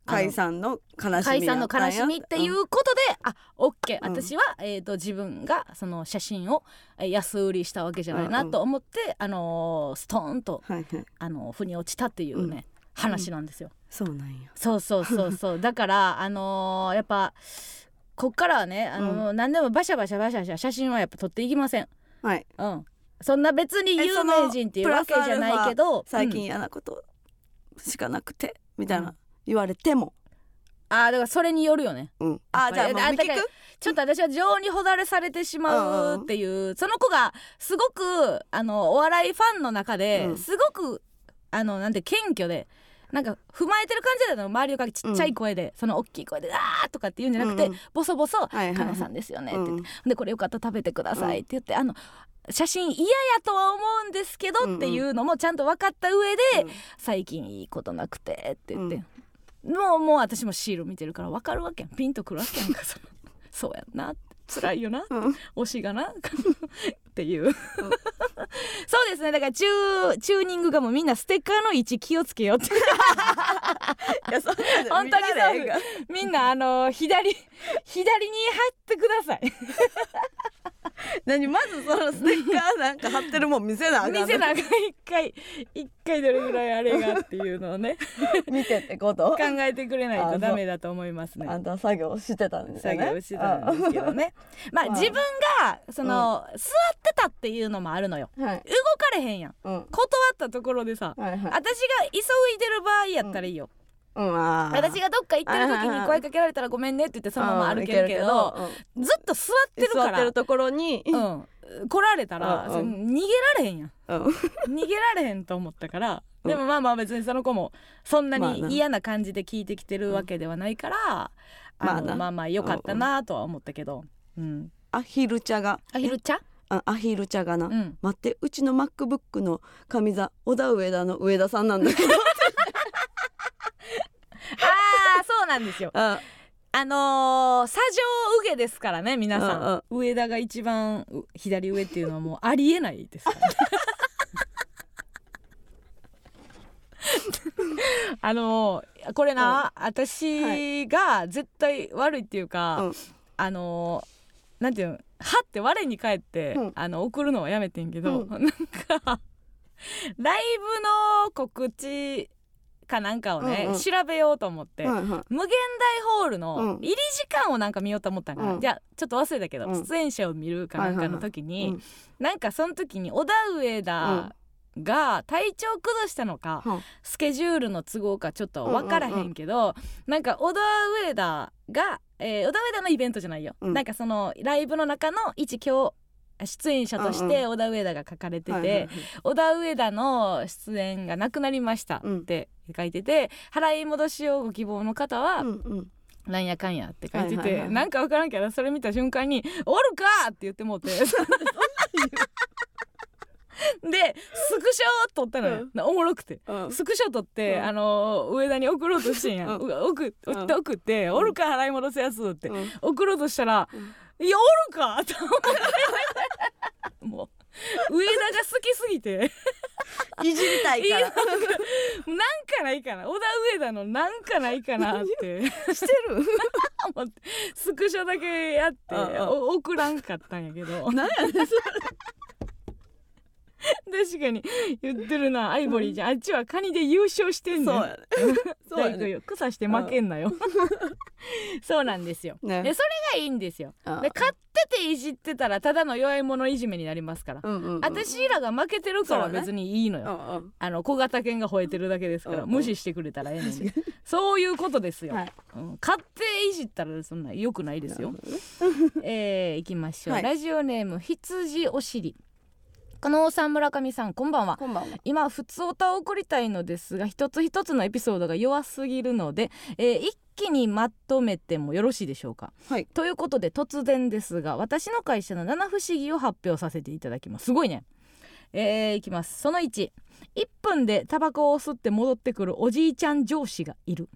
解散の悲しみ解散の悲しみっていううことで、あオッケーうん私は、えー、と自分がその写真をえー安売りしたわけじゃないなと思って、あのーストーンと、はいはいあのー腑に落ちたっていうね、うん話なんですよ。そうなんやそうそうそうそうだからあのーやっぱこっからはね、あのー何でもバシャバシャバシャバシャ写真はやっぱ撮っていきません、はいうん、そんな別にえ有名人っていうわけじゃないけど最近うん嫌なことしかなくてみたいうなん言われてもあーだからそれによるよねうんあじゃあもうあ見聞だからくちょっと私は情にほだれされてしまうっていう、その子がすごくあのお笑いファンの中で、うんすごくあのなんて謙虚でなんか踏まえてる感じだったの周りをかけちっちゃい声で、その大きい声で「あー!」とかって言うんじゃなくて、うんうんボソボソ「いはいはいかなさんですよね」って言ってうんでこれよかったら食べてくださいって言って、あの写真嫌やとは思うんですけうんうどんっていうのもちゃんと分かった上で、うん最近いいことなくてって言って、もうもう私もシール見てるから分かるわけやんピンとくるわ けやんかそのそうやんな辛いよな、うん推しがな っていう、 そうですねだからチューチューニングがもうみんなステッカーの位置気をつけようっていやそんなの本当に見られへんがみんなあの左左に入ってください何まずそのステッカーなんか貼ってるもん見せなあかんの見せなあかん一回一回どれぐらいあれがっていうの をね見てってこと考えてくれないとダメだと思いますねあんた作業してたんですよ作ね業してたんですけ どねまあうん自分がその座ってたっていうのもあるのよあはい動かれへんやんうん断ったところでさはいはい私が急いでる場合やったらいいようんあー私がどっか行ってる時に声かけられたらごめんねって言ってそのまま歩けるけどうんいずっと座ってるけるけどうん座かってらるところにうん来られたらうんその逃げられへんやんうん逃げられへんと思ったからうんでもまあまあ別にその子もそんなまあなに嫌な感じで聞いてきてるわけではないからまああなのまあまあ良かったなとは思ったけどうんアヒル茶がアヒル茶あアヒル茶がなうん待ってうちの MacBook の上座小田上田の上田さんなんだ けどああそうなんですよああのー、砂上右下ですからね皆さん、うん上田が一番う左上っていうのはもうありえないで すからねあのー、これな、私が絶対悪いっていうか、うんあのー、なんていうのはって我に返って、うんあの送るのはやめてんけど、うんなんかライブの告知かなんかをね、うんうん調べようと思って、はいはい無限大ホールのうん入り時間をなんか見ようと思ったんかな、うんじゃあちょっと忘れたけど、うん出演者を見るかなんかの時に、うんなんかその時に小田上田が体調崩したのか、はスケジュールの都合かちょっと分からへんけど、なんか小田上田が、えー小田上田のイベントじゃないよ、うんなんかそのライブの中の一今日出演者として小田上田が書かれてて、はいはいはい小田上田の出演がなくなりましたって書いてて、払い戻しをご希望の方はうんうんなんやかんやって書いてて、はいはいはいなんか分からんけどそれ見た瞬間に「おるか!」って言って もうてでスク ショ撮ったのよ、おもろくて。うんスクショ撮って、うんあの上田に送ろうとしてんやん、う送うんって送って「おるか払い戻すやつ」って、うん送ろうとしたら「いやおるか!」と 思ってもう上田が好きすぎて。いじりたいからなんかないかな小田上田のなんかないかなって してる思ってスクショだけやってうんうんお送らんかったんやけどなんやねんそれ確かに言ってるなアイボリーちゃんあっちはカニで優勝してんねんそうやねそうや大工ねよ草して負けんなよ そうなんですよねでそれがいいんですよあで買ってていじってたらただの弱い者いじめになりますからうんうんうん私らが負けてるからそうね別にいいのうよ、んうんあの小型犬が吠えてるだけですから、うんうん無視してくれたらええのにそういうことですよ、はいうん、勝手いじったらそんな良くないですよ、えー、いきましょう、はいラジオネーム羊お尻加納さん村上さんこんばんはこんばんは今普通歌を送りたいのですが一つ一つのエピソードが弱すぎるので、えー一気にまとめてもよろしいでしょうかはいということで突然ですが私の会社の七不思議を発表させていただきますすごいねえー、いきますその11分でタバコを吸って戻ってくるおじいちゃん上司がいる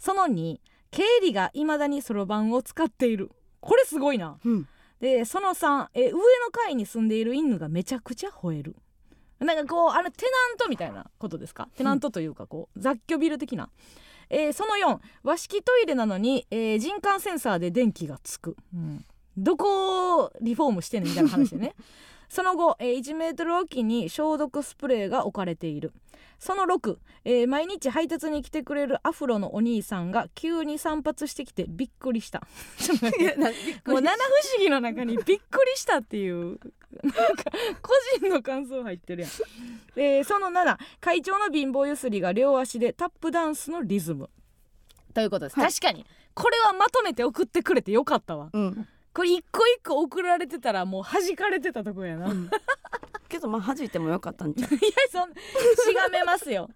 その2経理がいまだにそろばんを使っているこれすごいなうんでその3えー上の階に住んでいる犬がめちゃくちゃ吠えるなんかこうあのテナントみたいなことですかテナントというかこう雑居ビル的な、えーその4和式トイレなのに、えー人感センサーで電気がつく、うん、どこをリフォームしてんねんみたいな話で ねその後、えー1メートルおきに消毒スプレーが置かれているその6、えー毎日配達に来てくれるアフロのお兄さんが急に散髪してきてびっく りしたちょっと待ってもう七不思議の中にびっくりしたっていうなんか個人の感想入ってるやん、えーその7会長の貧乏ゆすりが両足でタップダンスのリズムということです、はい確かにこれはまとめて送ってくれてよかったわうんこれ一個一個送られてたらもう弾かれてたとこやな、いやけどまあ弾いてもよかったんじゃそんしがめますよ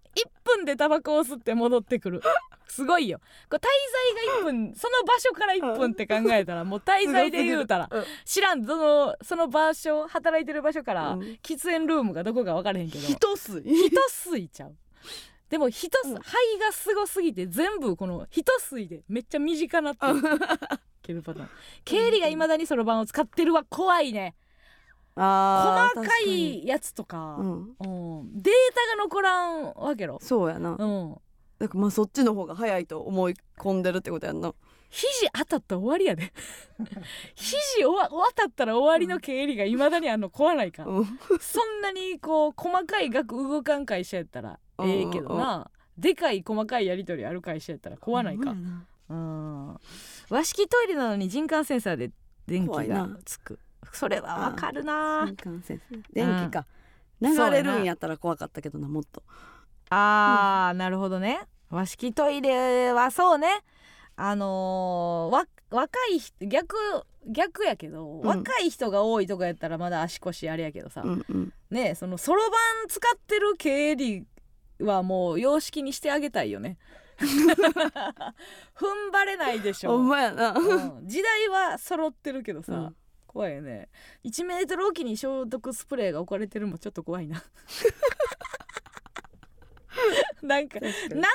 1分でタバコを吸って戻ってくるすごいよこれ滞在が1分その場所から1分って考えたらもう滞在で言うたら うん知らんそのその場所働いてる場所から、うん喫煙ルームがどこか分からへ んけど一人吸吸いちゃうでも人吸、うん肺がすごすぎて全部この人吸いでめっちゃ身近なってけるパターン経理がいまだにそろばんを使ってるは怖いねあ細かいやつとかう、んうんデータが残らんわけろ、そうやなうん、だからまあそっちの方が早いと思い込んでるってことやんな肘当たったら終わりや で肘おわ当たったら終わりの経理がいまだにあんの壊ないかうんそんなにこう細かい額動かん会社やったらうんうんうんええけどなでかい細かいやり取りある会社やったら壊ないかほんまやうん和式トイレなのに人感センサーで電怖気いがなつくそれはわかるな新幹線電気か流れるんやったら怖かったけどなもっとあーなるほどね和式トイレはそうねあのーわ若い人逆逆やけど、うん若い人が多いとかやったらまだ足腰あれやけどさ、うんうんねそのそろばん使ってる経理はもう様式にしてあげたいよね 踏ん張れないでしょほんまやなうん時代は揃ってるけどさ、うん怖いよね1メートルおきに消毒スプレーが置かれてるのもちょっと怖いな なんかなん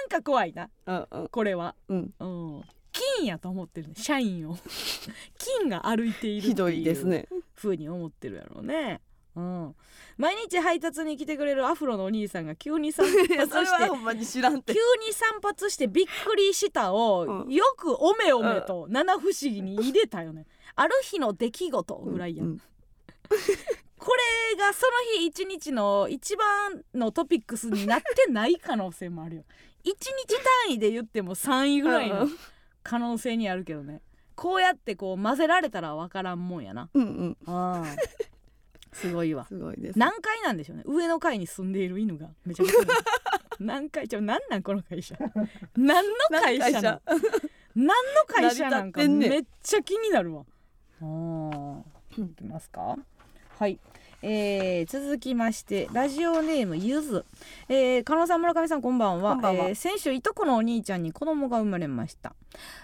か怖いなうんうんこれは、うんうん、金やと思ってるね社員を 金が歩いているっていうひどいですねふうに思ってるやろうねうん、毎日配達に来てくれるアフロのお兄さんが 急に散髪いやそれしてはほんまに知らんて急に散髪してびっくりしたを、うんよくおめおめと七不思議に入れたよね、ある日の出来事ぐらいや、うんこれがその日一日の一番のトピックスになってない可能性もあるよ一日単位で言っても3位ぐらいの可能性にあるけどねこうやってこう混ぜられたらわからんもんやなうんうんあーすごいわすごいです何階なんでしょうね上の階に住んでいる犬がめちゃくち ゃ多い何階ちゃう何なんこの会社何の会社なん何の会社なんか成り立ってんねんめっちゃ気になるわ。あーうんいきますかはい、えー、続きましてラジオネームゆず、えー、加納さん村上さんこんばんはこんばんはえー先週いとこのお兄ちゃんに子供が生まれました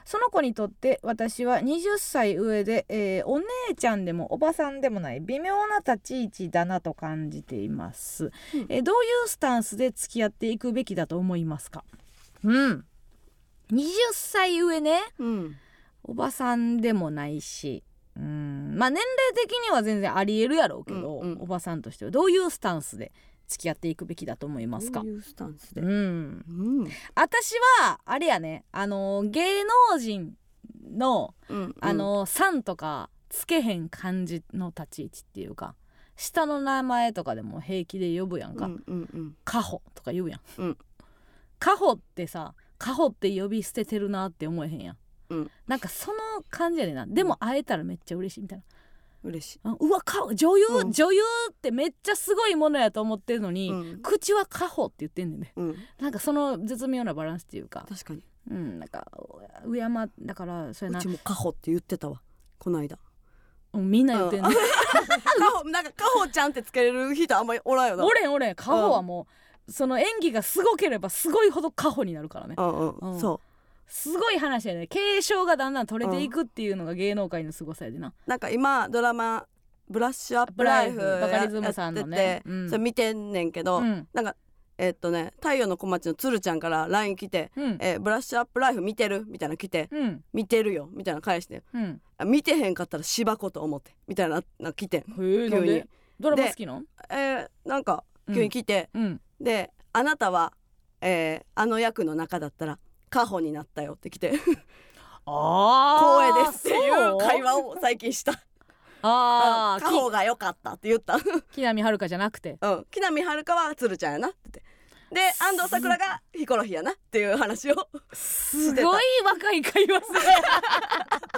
その子にとって私は20歳上で、えーお姉ちゃんでもおばさんでもない微妙な立ち位置だなと感じています、うんえーどういうスタンスで付き合っていくべきだと思いますかうん20歳上ねうんおばさんでもないしうんまあ年齢的には全然ありえるやろうけど、うんうんおばさんとしてはどういうスタンスで付き合っていくべきだと思いますかどういうスタンスでうんうん私はあれやねあの芸能人のうんあの、さんとかつけへん感じの立ち位置っていうか下の名前とかでも平気で呼ぶやんうかんうんうん「カホ」とか言うやん、うんカホってさカホって呼び捨ててるなって思えへんやん、うんなんかその感じやでなでも会えたらめっちゃ嬉しいみたいな嬉しいあうわか女優、うん女優ってめっちゃすごいものやと思ってるのに、うん口はカホって言ってんねんねうん なんかその絶妙なバランスっていうか確かにうんなんか上山だからそうやうなちもカホって言ってたわこないだうんみんな言ってんねんカホなんかカホちゃんってつけれる人あんまりおらんよなおれんおれんカホはもう、その演技がすごければすごいほどカホになるからねうんううんんそすごい話やね継承がだんだん取れていくっていうのが芸能界の凄さやでなうなんか今ドラマブラッシュアップライフブライフバカリズムさんのねやっててうんそれ見てんねんけどうんなんかえっとね太陽の小町のつるちゃんから LINE 来てうんえーブラッシュアップライフ見てるみたいなの来てうん見てるよみたいなの返してうんあ見てへんかったら芝子と思ってみたいなの来てへえなん急にでドラマ好きなんえーなんか急に来てうんであなたはえーあの役の中だったらカホになったよって来てあ光栄ですっていう会話を最近したああーカホが良かったって言ったき木南遥じゃなくてうん木南遥は鶴ちゃんやなって言ってで安藤サクラがヒコロヒーやなっていう話を すごい若い会話する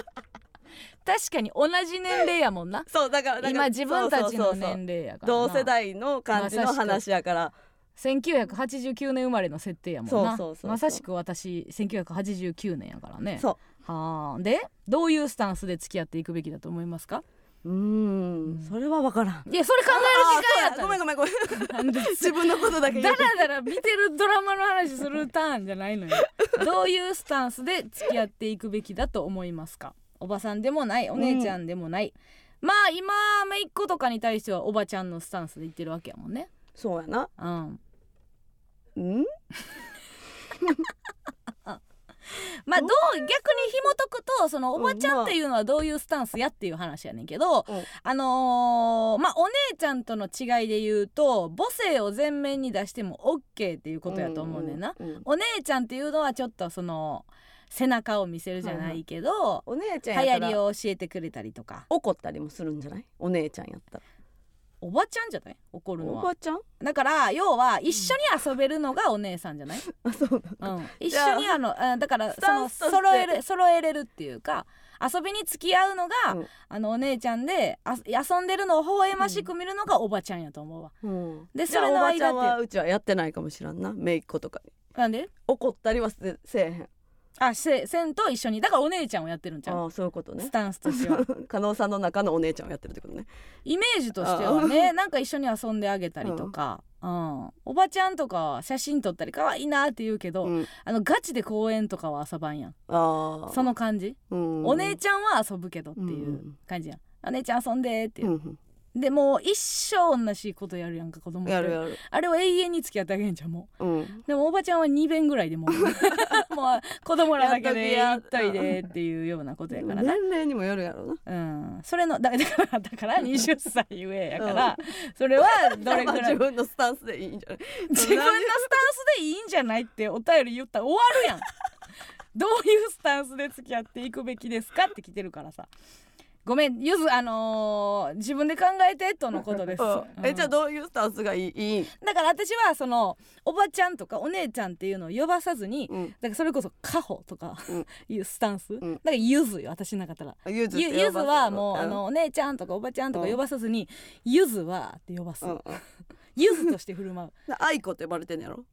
確かに同じ年齢やもんなそうだからだから今自分たちそうそうそうのそう年齢やからな同世代の感じの話やから1989年生まれの設定やもんそうそうなそうそうまさしく私1989年やからねそはあでどういうスタンスで付き合っていくべきだと思いますかううーんそれは分からんいやそれ考える時間やごめんごめんごめん ったんです自分のこと だけ言だうらだら見てるドラマの話するターンじゃないのよ どういうスタンスで付き合っていくべきだと思いますかおばさんでもないお姉ちゃんでもない、まあ今めいっ子とかに対してはおばちゃんのスタンスで言ってるわけやもんねそうやなうんうんまあどう逆に紐解くとそのおばちゃんっていうのはどういうスタンスやっていう話やねんけど、うんあのーまあお姉ちゃんとの違いで言うと母性を前面に出しても OK っていうことやと思うねんな。うんうんうんお姉ちゃんっていうのはちょっとその背中を見せるじゃないけど、お姉ちゃん流やっ行たりらを教えてくれたりとか怒ったりもするんじゃないお姉ちゃんやったらおばちゃんじゃない怒るのおはば ちゃんだから要は一緒に遊べるのがお姉さんじゃない、あそうだうん、一じゃあ緒にあのうんだからスそタのンスとして揃える揃えれるっていうか遊びに付き合うのが、うんあのお姉ちゃんであ遊んでるのを微笑ましく見るのがおばちゃんやと思うわ、うんでじゃあそれの間っておばちゃんはうちはやってないかもしらんな姪っ子とかになんで怒ったりはせせえへんあせせんと一緒にだからお姉ちゃんをやってるんじゃんああそういうことねスタンスとして は加納さんの中のお姉ちゃんをやってるってことねイメージとしてはねなんか一緒に遊んであげたりとか、うんおばちゃんとかは写真撮ったり可愛いなって言うけど、うんあのガチで公園とかは遊ばんやんああその感じ、うんお姉ちゃんは遊ぶけどっていんううん感じやん、お姉ちゃん遊んでっていうう、んでもう一生同じことやるやんか子う供っんてやるやるあれを永遠に付き合ってあげんじゃんもうんうでもおばちゃんは2遍ぐらいでもうもう 子供らだけでややっっとときやいでっていうようなことやからな、年齢にもよるやろなうん、それのだだ からだから20歳ゆえやから、それはどれまぐあらい自分のスタンスでいいんじゃない自分のスタンスでいいんじゃないってお便り言ったら終わるやん どういうスタンスで付き合っていくべきですかって来てるからさごめんゆずあのー自分で考えてとのことです、うんえじゃあうんどういうスタンスがいいいい、だから私はそのおばちゃんとかお姉ちゃんっていうのを呼ばさずに、うん、だからそれこそ家宝とかうんいうスタンス、んだからゆずよ私なかったらゆずってゆ呼ばせゆるずはもうあのお姉ちゃんとかおばちゃんとか呼ばさずにゆずはって呼ばすうんうんゆずとして振る舞う あいこって呼ばれてんのやろ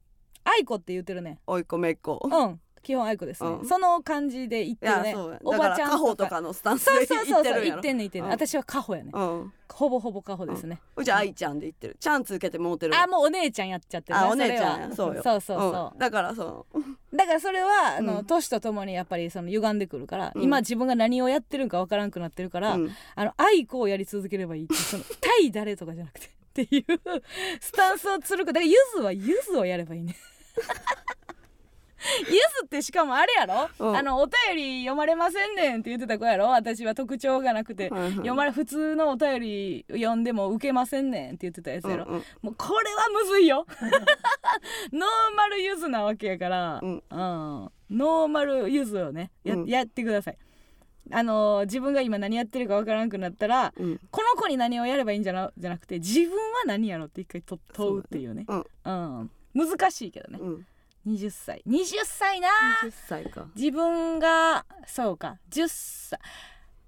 愛子って言ってるねおいこめいこうん基本愛子ですね、うんその感じで言っているやねそうやおだかばらちゃ家ん宝とかのスタンスそうでそう言そっうてそうるんや言ろってんねん言ってんねん、うん私は家宝やね、うんほぼほぼ家宝ですね、うちは愛ちゃんで言ってるちゃんつけてもうてるあもうお姉ちゃんやっちゃってるねあおそれは姉ちゃんやそうよそうそうそううんだからそだからそれはあの、うん年とともにやっぱりその歪んでくるから、うん今自分が何をやってるんかわからんくなってるから、う、うんあの愛子をやり続ければいいってその対誰とかじゃなくて っていうスタンスをつるくだからゆずはゆずをやればいいね ゆずってしかもあれやろ、うんあのお便り読まれませんねんって言ってた子やろ私は特徴がなくて、うんうん読まれ普通のお便り読んでも受けませんねんって言ってたやつやろ、うんうんもうこれはむずいよ ノーマルゆずなわけやから、うんノーマルゆずをねや,、うんやってくださいあのー自分が今何やってるかわからんくなったらうんこの子に何をやればいいんじゃなじゃなくて自分は何やろうって一回と問うっていうねそううん、難しいけどねうん、 20歳20歳な10歳か自分がそうか10歳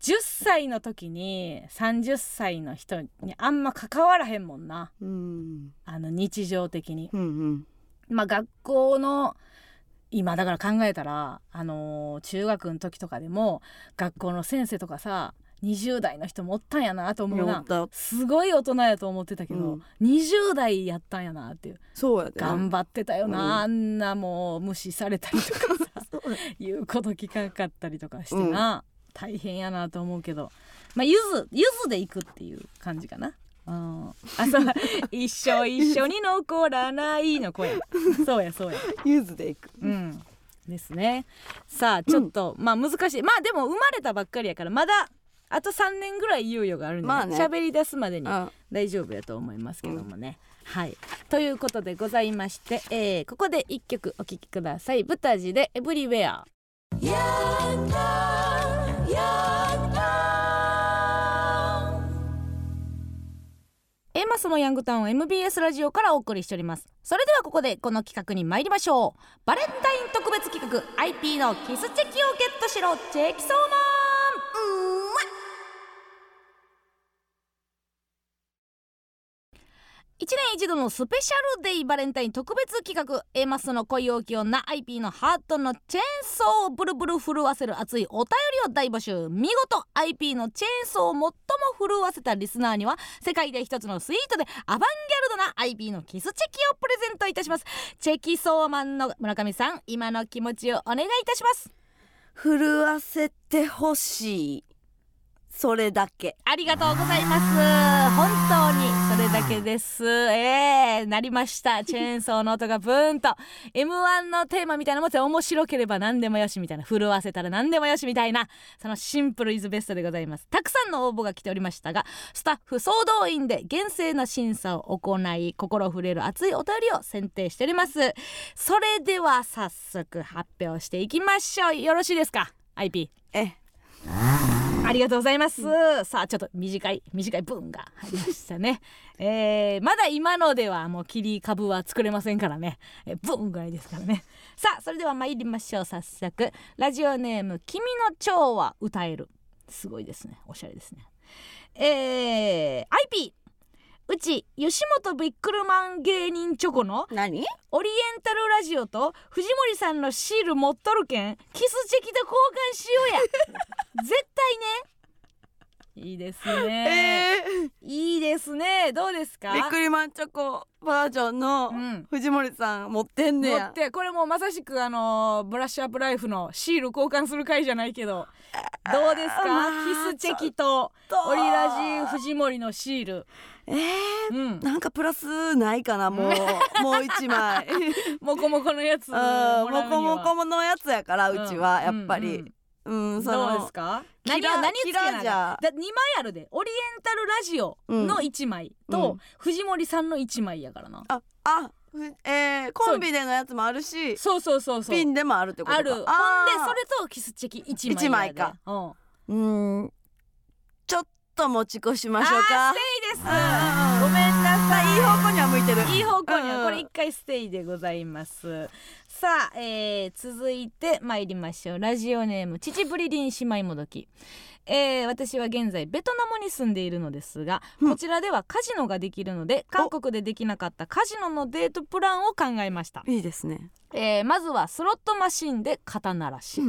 10歳の時に30歳の人にあんま関わらへんもんなうんあの日常的にうんうんまあ学校の今だから考えたら、あのー中学の時とかでも学校の先生とかさ20代の人もおったんやなと思うおなったすごい大人やと思ってたけど、うん20代やったんやなっていうそうやで頑張ってたよな、うんあんなもう無視されたりとかさ そうや言うこと聞かんかったりとかしてな、大変やなと思うけどまあゆずゆずで行くっていう感じかな。うん、あそう 一生一緒に残らないの声そうやそうやゆずでいくうんですねさあちょっと、まあ難しいまあでも生まれたばっかりやからまだあと3年ぐらい猶予があるんでまあね喋、り出すまでにあ大丈夫やと思いますけどもね、はいということでございまして、えーここで一曲お聴きください「ブタジでエブリウェア」エマスのヤングタウン MBS ラジオからお送りしておりますそれではここでこの企画に参りましょうバレンタイン特別企画 IP のキスチェキをゲットしろチェキソーマンうーわ一年一度のスペシャルデイバレンタイン特別企画 A マスの恋大きい女 IP のハートのチェーンソーをブルブル震わせる熱いお便りを大募集見事 IP のチェーンソーを最も震わせたリスナーには世界で一つのスイートでアバンギャルドな IP のキスチェキをプレゼントいたしますチェキソーマンの村上さん今の気持ちをお願いいたします震わせてほしいそれだけありがとうございます。本当にそれだけです。えー、なりました。チェーンソーの音がブーンと M1 のテーマみたいなもんって面白ければ何でもよしみたいな震わせたら何でもよしみたいなそのシンプルイズベストでございます。たくさんの応募が来ておりましたがスタッフ総動員で厳正な審査を行い心触れる熱いお便りを選定しております。それでは早速発表していきましょう。よろしいですか ?IP。ええありがとうございます。さあちょっと短い短い文が入りましたね。えー、まだ今のではもう切り株は作れませんからね。えー、文ぐらいですからね。さあそれでは参りましょう早速ラジオネーム「君の蝶は歌える」すごいですねおしゃれですね。えー、IP うち吉本ビックルマン芸人チョコの何オリエンタルラジオと藤森さんのシール持っとるけんキスチェキと交換し ようや絶対ねいいですえね、えーいいですねどうですかびっくりマンチョコバージョンのうん藤森さん持ってんね持や、ってこれもうまさしくあのーブラッシュアップライフのシール交換する回じゃないけどどうですかまあキスチェキとちょっとオリラジ藤森のシールえーうんなんかプラスないかなもう もう一枚モコモコのやつうもらうんにはもこもこのやつやからうちはやっぱりうん、そどうですのかキ何ラを何をつけなキラがじゃらだ2枚あるでオリエンタルラジオの1枚うとん藤森さんの1枚やからな、ああふえー、コンビでのやつもあるしそうそうそうそうピンでもあるってことかあるほんであーそれとキスチェキ1枚一枚かやでうんうんちょっと持ち越しましょうかあーステイですうんごめんさなあさいいい方向には向いてるいい方向にはこれうん一回ステイでございますさあ、えー続いて参りましょうラジオネーム父ぶりりん姉妹もどきえー私は現在ベトナムに住んでいるのですがうんこちらではカジノができるので韓国でできなかったカジノのデートプランを考えました、いいですねえーまずはスロットマシンで肩慣らし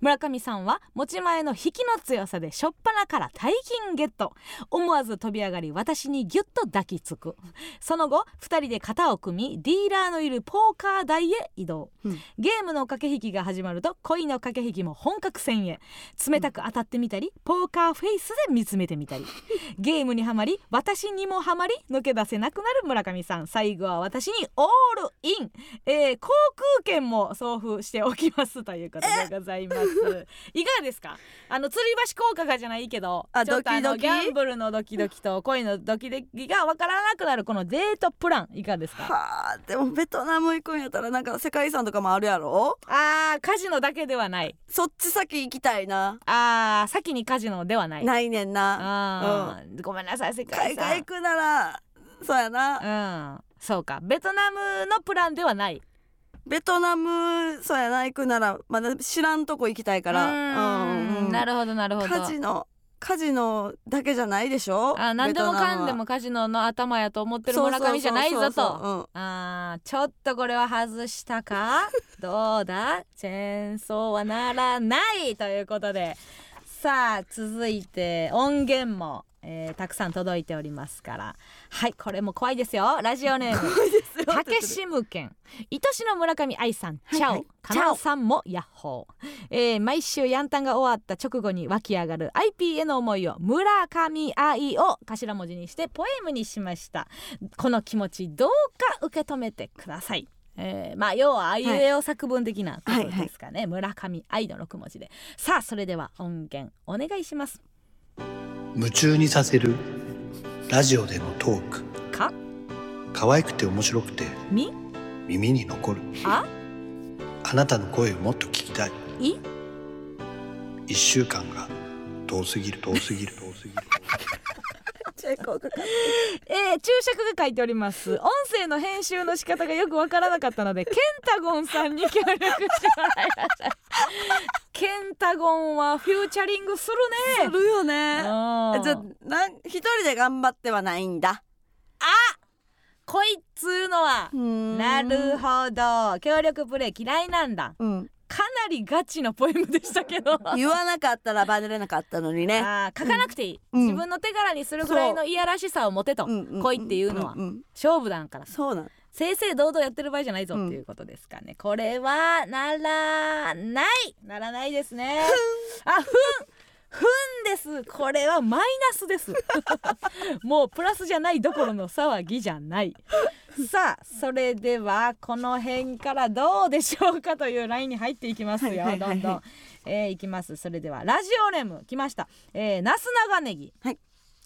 村上さんは持ち前の引きの強さで初っ端から大金ゲット思わず飛び上がり私にギュッと抱きつくその後2人で肩を組みディーラーのいるポーカー台へ移動、うんゲームの駆け引きが始まると恋の駆け引きも本格戦へ冷たく当たってみたり、ポーカーフェイスで見つめて みたりゲームにはまり私にもはまり抜け出せなくなる村上さん最後は私にオールイン、えー航空券も送付しておきますということでございますいかがですかあの吊り橋効果がじゃないけどあちょっとあのドキドキギャンブルのドキドキと恋のドキドキがわからなくなるこのデートプランいかがですかはあでもベトナム行くんやったらなんか世界遺産とかもあるやろあーカジノだけではないそっち先行きたいな、あー先にカジノではないないねんなあー、ごめんなさい世海界遺産外行くならそうやな、うん、そうかベトナムのプランではないベトナムそうやな行くならまだ知らんとこ行きたいかからうんなるほどなるほどカジノカジノだけじゃないでしょあ何でもかんでもっカジノの頭やと思ってる村上じゃないぞとあーちょっとこれは外したかどうだチェーンソーはならないということでさあ続いて音源も、えーたくさん届いておりますからはいこれも怖いですよラジオネームたけしむけん愛しの村上愛さんチャオ、はいかなおさんもヤッホー、えー毎週ヤンタンが終わった直後に湧き上がる IP への思いを村上愛を頭文字にしてポエムにしましたこの気持ちどうか受け止めてくださいえーまあ要はあいうえお作文的なことですかね、村上愛の6文字でさあそれでは音源お願いします夢中にさせるラジオでのトークか可愛くて面白くてみ耳に残るああなたの声をもっと聞きたいい一週間が遠すぎる遠すぎる遠すぎるえー注釈が書いております音声の編集の仕方がよくわからなかったのでケンタゴンさんに協力してもらいましたケンタゴンはフューチャリングするすねるよねうんじゃなん一人で頑張ってはないんだこいっつうのはななるほど協力プレイ嫌いなんだうん、かなりガチのポエムでしたけど 言わなかったらバネれなかったのにねあー書かなくていい、うん自分の手柄にするぐらいのいやらしさを持てと、うんうん恋っていうのはんん勝負なんからそうなん正々堂々やってる場合じゃないぞうんっていうことですかね、これはならないならないですねあふんふんでですこれはマイナスです もうプラスじゃないどころの騒ぎじゃないさあそれではこの辺からどうでしょうかというラインに入っていきますよ、はいはいはいはいどんどん、えーいきますそれではラジオネーム来ました、えー、ナス長ネギはい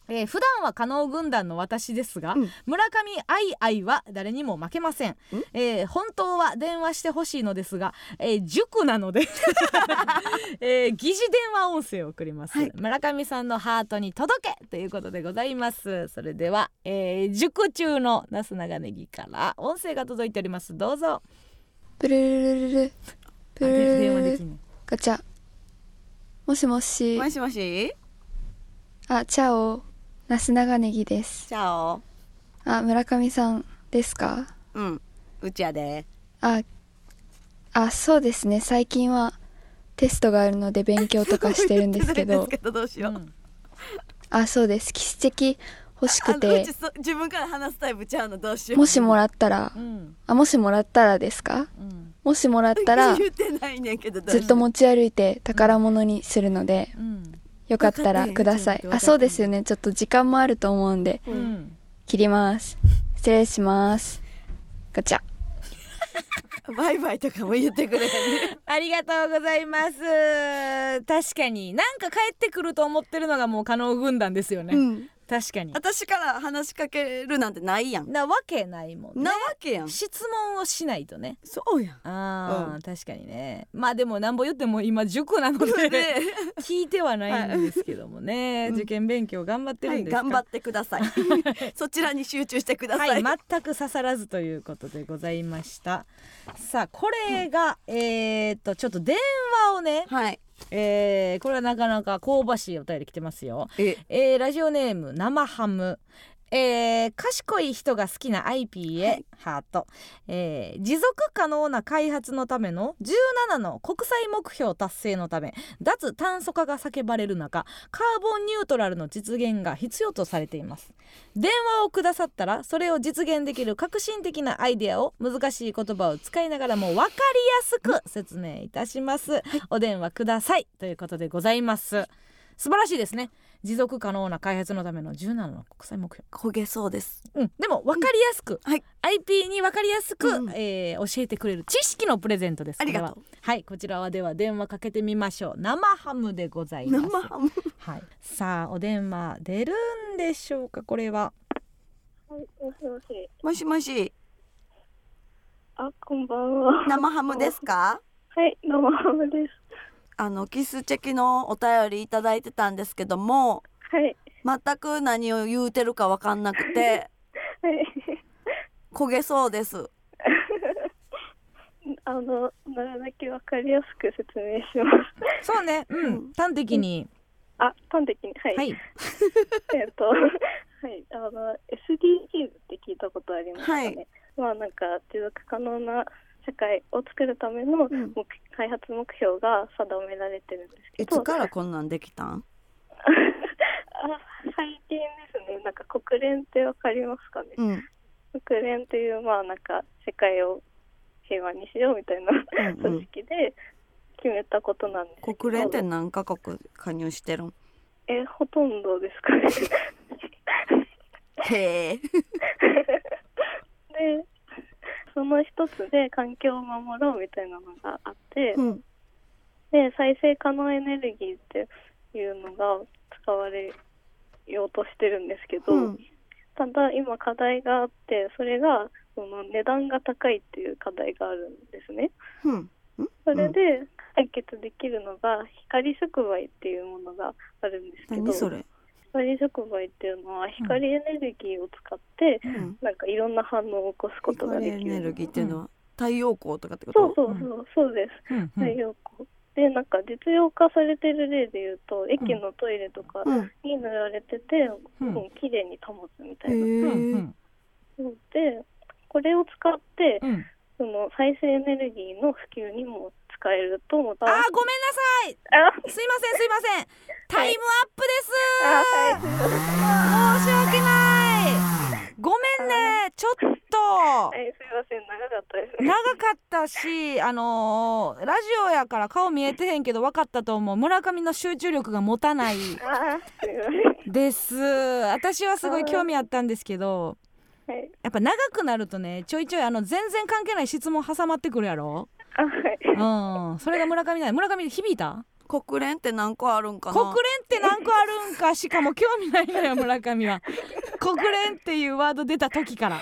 えー普段は加納軍団の私ですが、うん村上愛愛は誰にも負けません、えー本当は電話してほしいのですが、えー塾なので、えー疑似電話音声を送ります、はい村上さんのハートに届けということでございますそれでは、えー塾中のなす長ネギから音声が届いておりますどうぞプルルルルルプあルルでル電話ルでルきんねガチャもしもしもしもしあチャオナス長ネギですチャオあ村上さんですかうんうちやでああそうですね最近はテストがあるので勉強とかしてるんです知けっ てるどんですけどどうしよう、うんあそうです基地的欲しあくのうてちそ自分から話すタイプちゃうのどうしようもしもらったらうんあもしもらったらですかうんもしもらっ たら言ってないねんけどどうしずようっと持ち歩いて宝物にするのでうんよかったらくださよいかったよあそうですよねちょっと時間もあると思うんでうん切ります失礼しますガチャバイバイとかも言ってくれへんねありがとうございます確かになんか帰ってくると思ってるのがもう加納軍団ですよね、うん確かに私から話しかけるなんてないやんなわけないもんねなわけやん質問をしないとねそうやんあー、うん確かにねまあでもなんぼ言っても今塾なのでで 聞いてはないんですけどもね、うん受験勉強頑張ってはるんいですか、頑張ってくださいそちらに集中してください、はい、全く刺さらずということでございましたさあこれが、えーっとちょっと電話をね、はいえーこれはなかなか香ばしいお便り来てますよええーラジオネーム生ハム、えー賢い人が好きな IP へ、はいハート、えー持続可能な開発のための17の国際目標達成のため脱炭素化が叫ばれる中カーボンニュートラルの実現が必要とされています電話をくださったらそれを実現できる革新的なアイデアを難しい言葉を使いながらも分かりやすく説明いたします、お電話くださいということでございます素晴らしいですね持続可能な開発のための17の国際目焦標げそうですうん、でも分かりやすく、うんはい IP に分かりやすく、うんえー教えてくれる知識のプレゼントですありがとうこれははいこちらはでは電話かけてみましょう生ハムでございます生ハムはい、さあお電話出るんでしょうかこれはもしもしあ、こんばんは。生ハムですかはい、どうもハムです。あのキスチェキのお便りいただいてたんですけどもはい、全く何を言うてるかわかんなくてはい。焦げそうですあの、なるだけわかりやすく説明します。そうねううん端的に、あ、端的に、はい。はいえっと、はい、あの、SDGs って聞いたことありますかね。はいまあ、なんか、持続可能な社会を作るための、ん目開発目標が定められてるんですけいど。つからこんなんできたん あ、最近ですね。なんか、国連ってわかりますかね。うんうん国連というまあなんか世界を平和にしようみたいなうん組織で決めたことなんですけど、国連って何カ国加入してるんえほとん どですかねへえでその一つで環境を守ろうみたいなのがあって、うんで再生可能エネルギーっていうのが使われようとしてるんですけど、うんただ今課題があってそれがその値段が高いっていう課題があるんですね。うんそれで解決できるのが光触媒っていうものがあるんですけど何それ光触媒っていうのは光エネルギーを使って、うんなんかいろんな反応を起こすことが光でエきるネルギーっていうのは太陽光とかってこそうとそうそうそうです、うんうん太陽光でなんか実用化されてる例でいうと駅のトイレとかうんに塗られてて、うんもう綺麗に保つみたいな、うへえんのでこれを使ってうんその再生エネルギーの普及にも使えるとまたあーごめんなさいあすいませんすいませんタイムアップです、あはい申し訳ないごめんなねちょっとはい、すいません、長かったですね長。かったしあのーラジオやから顔見えてへんけど分かったと思う村上の集中力が持たないああ、すいませです私はすごい興味あったんですけどん。はい、やっぱ長くなるとねちょいちょいあの全然関係ない質問挟まってくるやろあ、はい。うんそれが村上ない村上響いた国連って何個あるんかな国連って何個あるんかしかも興味ないのよ村上は国連っていうワード出た時から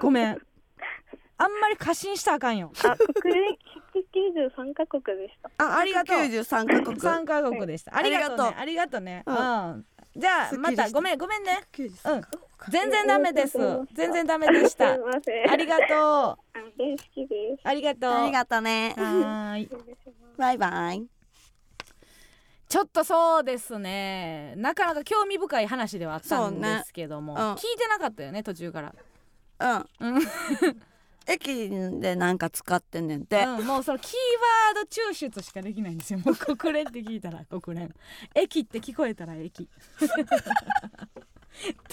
ごめんあんまり過信したらあかんよあ、国連193カ国でした。あありがとう93カ国3カ国でしたありがとうねありがとうねうんじゃあすっきまりしたたごめんごめんね93うん全然ダメですありがとうございました全然ダメでしすたいません。ありがとうあ大好きです。ありがとうありがとうねはーいバイバイちょっとそうですねなかなか興味深い話ではあったんですけども、そうねうん聞いてなかったよね途中から、うん駅でなんか使ってんねんてうん、もうそのキーワード抽出しかできないんですよもう国連って聞いたら国連 駅って聞こえたら駅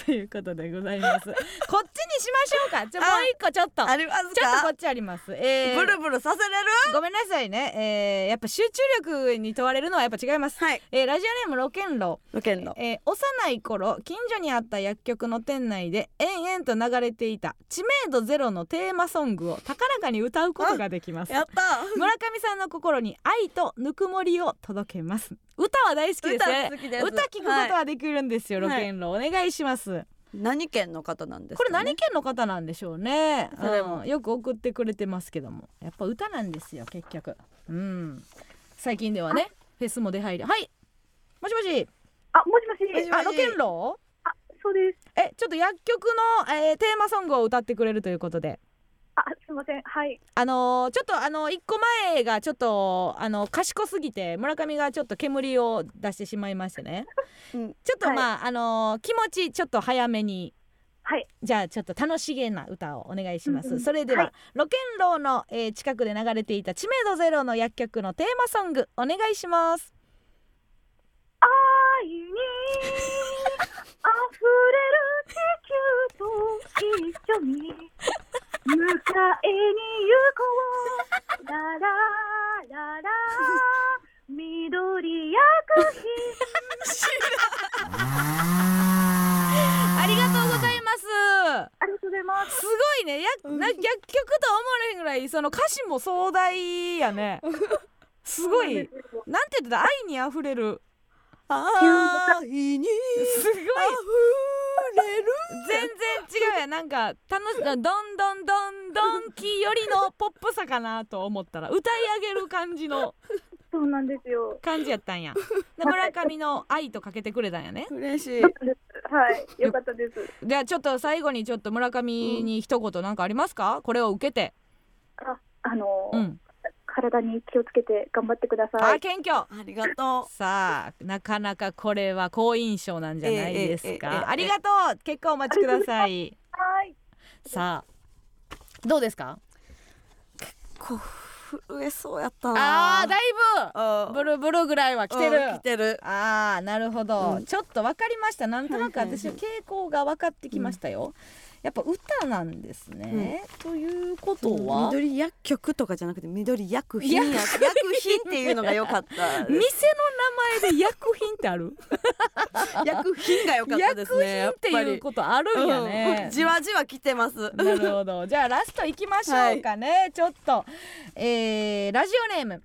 ということでございますこっちにしましょうかじゃあもう一個ちょっとありますちょっとこかっちありますえーブルブルさせれるごめんなさいね、えーやっぱ集中力に問われるのはやっぱ違います、はいえーラジオネームロケンロロケンロえー幼い頃近所にあった薬局の店内で延々と流れていた知名度ゼロのテーマソングを高らかに歌うことができますやった村上さんの心に愛とぬくもりを届けます歌は大好きですね歌好きです歌聞くことはできるんですよ、はいロケンロお願いします何県の方なんですこかれね何県の方なんでしょうね、それもうんよく送ってくれてますけどもやっぱ歌なんですよ結局うん最近ではねフェスも出入りはいもしもしあ、もしもし。もしもしあロケンロそうです。えちょっと薬局の、えーテーマソングを歌ってくれるということであ、すいません。はい。あのーちょっとあの1個前がちょっとあの賢すぎて村上がちょっと煙を出してしまいましてね、うんちょっとまあ、あのー気持ちちょっと早めにはい。じゃあちょっと楽しげな歌をお願いします、うんうんそれでは、はいロケンローの、えー近くで流れていた知名度ゼロの薬局のテーマソングお願いします愛に溢れる地球と一緒に迎えに行こうララララ緑薬品ありがとうございますありがとうございますすごいねやな薬局とは思われへんぐらいその歌詞も壮大やねすごいなんて言ってた愛にあふれる愛にすごい溢れる全然違うやんなんか楽しどんどんどんどんきよりのポップさかなと思ったら歌い上げる感じのそうなんですよ感じやったんやで村上の愛とかけてくれたんやね嬉しいはいよかったですじゃあちょっと最後にちょっと村上に一言なんかありますかこれを受けてああの、うん体に気をつけて頑張ってくださあい謙虚ありがとさあなかなかこれは好印象なんじゃないですえええええかえありがとう結果お待ちくださいはいさあどうですかうこう震えそうやったなあーだいぶブルルブルぐらいは来てる来てるあーなるほど、うんちょっと分かりましたなんとなくはいはいはい私は傾向が分かってきましたよ、やっぱ歌なんですね、ということは、緑薬局とかじゃなくて緑薬品や薬品っていうのが良かった店の名前で薬品ってある薬品が良かったですねやっ薬品ぱっていりうことあるんやね、うんじわじわ来てますなるほ ど。じゃあラスト行きましょうかね。ちょっと、えーラジオネーム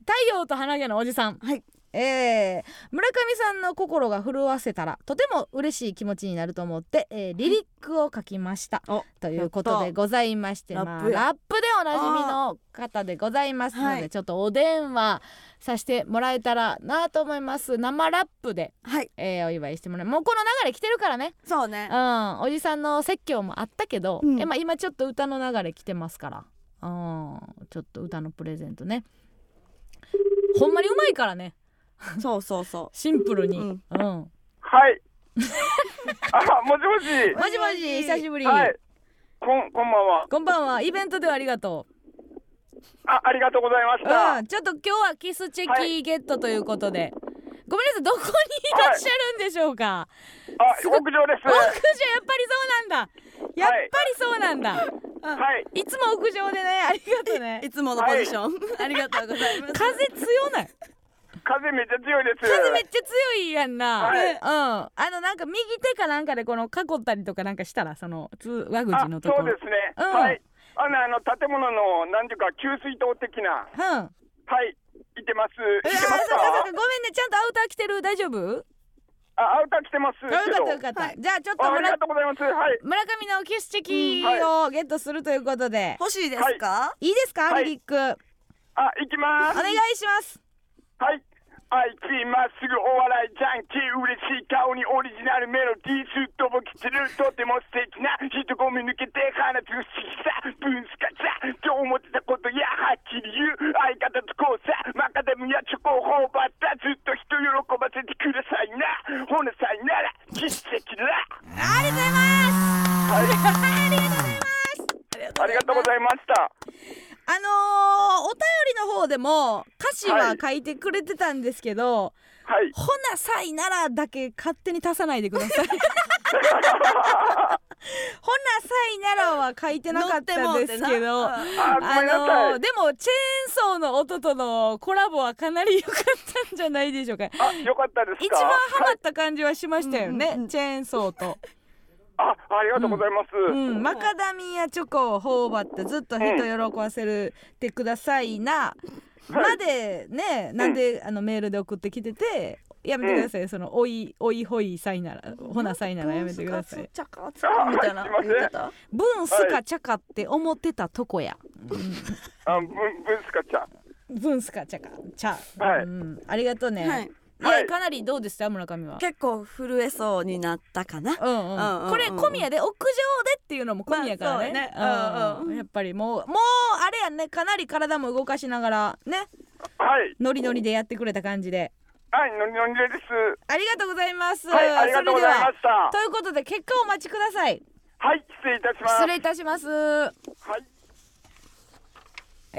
太陽と花毛のおじさん。はいえー村上さんの心が震わせたらとても嬉しい気持ちになると思って、えーリリックを書きました、おということでございましてやったまあラップやラップでおなじみの方でございますので、はいちょっとお電話させてもらえたらなと思います生ラップで、はいえーお祝いしてもらうもうこの流れ来てるからねそうねうん、おじさんの説教もあったけど、うんえまあ、今ちょっと歌の流れ来てますから、うん、ちょっと歌のプレゼントねほんまにうまいからねそうそうそシンプルに、ううんんはい。あ、もしもし。もしもし久しぶり、はい。こん、こんばんは。こんばんはイベントではありがとう、あ、ありがとうございましうた。ん、ちょっと今日はキスチェはキいゲットということで、ごめんなさいどこにいらっしゃるんでしょうか、あ、屋上です。屋上やっぱりそうなんだやっぱりそうなんだ、はい。い、つも屋上でねありがとうねいつものポジション、ありがとうございます風強ない風めっちゃ強いです。風めっちゃ強いやんな、はいうんあのなんか右手かなんかでこの囲ったりとかなんかしたらそのつ和口のとこあそうろですね。うんはい。あのあの建物のなんていうか給水塔的な。うんあはい。いてます。いーてそっかそっまかごめすかん。ねちゃんとアウター着てる大丈夫あアウター来てますけあよかったよかった、ど。じゃあちょっとああり村がとうございます。はい。村上のキスチェキうんをゲットするということで、欲しいですか、いいですか、はいリリックおあ行きます。願いしますはい。あいつまっすぐお笑いジャンキー嬉しい顔にオリジナルメロディーすっとぼき散るとても素敵な人混み抜けて放つ不思議さ分子化さと思ってたことやはっきり言う相方とこうさマカダミアチョコを頬張ったずっと人喜ばせてくださいなほなさいなら実績だありがとうございます、ありがとうございますありがとうございましたあのーお便りの方でも歌詞は書いてくれてたんですけど、はいほなさいならだけ勝手に足さないでくださ いほなさいならは書いてなかったんですけど乗ってもうてなあごめんなさい、ーでもチェーンソーの音とのコラボはかなり良かったんじゃないでしょうかあよかったです一か番ハマった感じはしましたよね、チェーンソーと、あありがとうございます、うん、マカダミアチョコを頬張ってずっと人喜ばせるてくださいな、までねなんで、あのメールで送ってきててやめてください、そのおいおいほいさいならほなさいならやめてくださいちゃかつかみたいな言い方ブンスカチャカって思ってたとこやあぶんぶんすかちゃんブンスカチャカチャ、はいうん、ありがとうね、はいい、やかなりどうでした村上は結構震えそうになったかなうんうんうんうんこれ込みやで屋上でっていうのも込みやからね,、まあそうねうんうんやっぱりもうもうあれやねかなり体も動かしながらねはいノリノリでやってくれた感じではいノリノリですありがとうございます、はいありがとうございましそれではたということで結果をお待ちくださいはい、失礼いたします。失礼いたしますは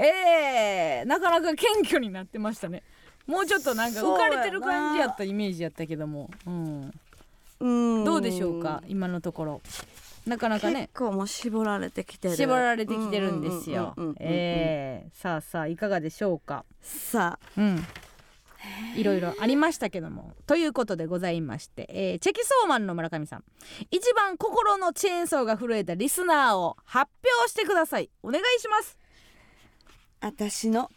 い。えー、なかなか謙虚になってましたねもうちょっとなんか浮かれてるそうやな感じやったイメージやったけども、うん、うんどうでしょうか今のところなかなかね結構もう絞られてきてる絞られてきてるんですようんうんうんうんうん。えーさあさあいかがでしょうか。さあうん。いろいろありましたけどもということでございまして、えーチェキソーマンの村上さん一番心のチェーンソーが震えたリスナーを発表してくださいお願いします私の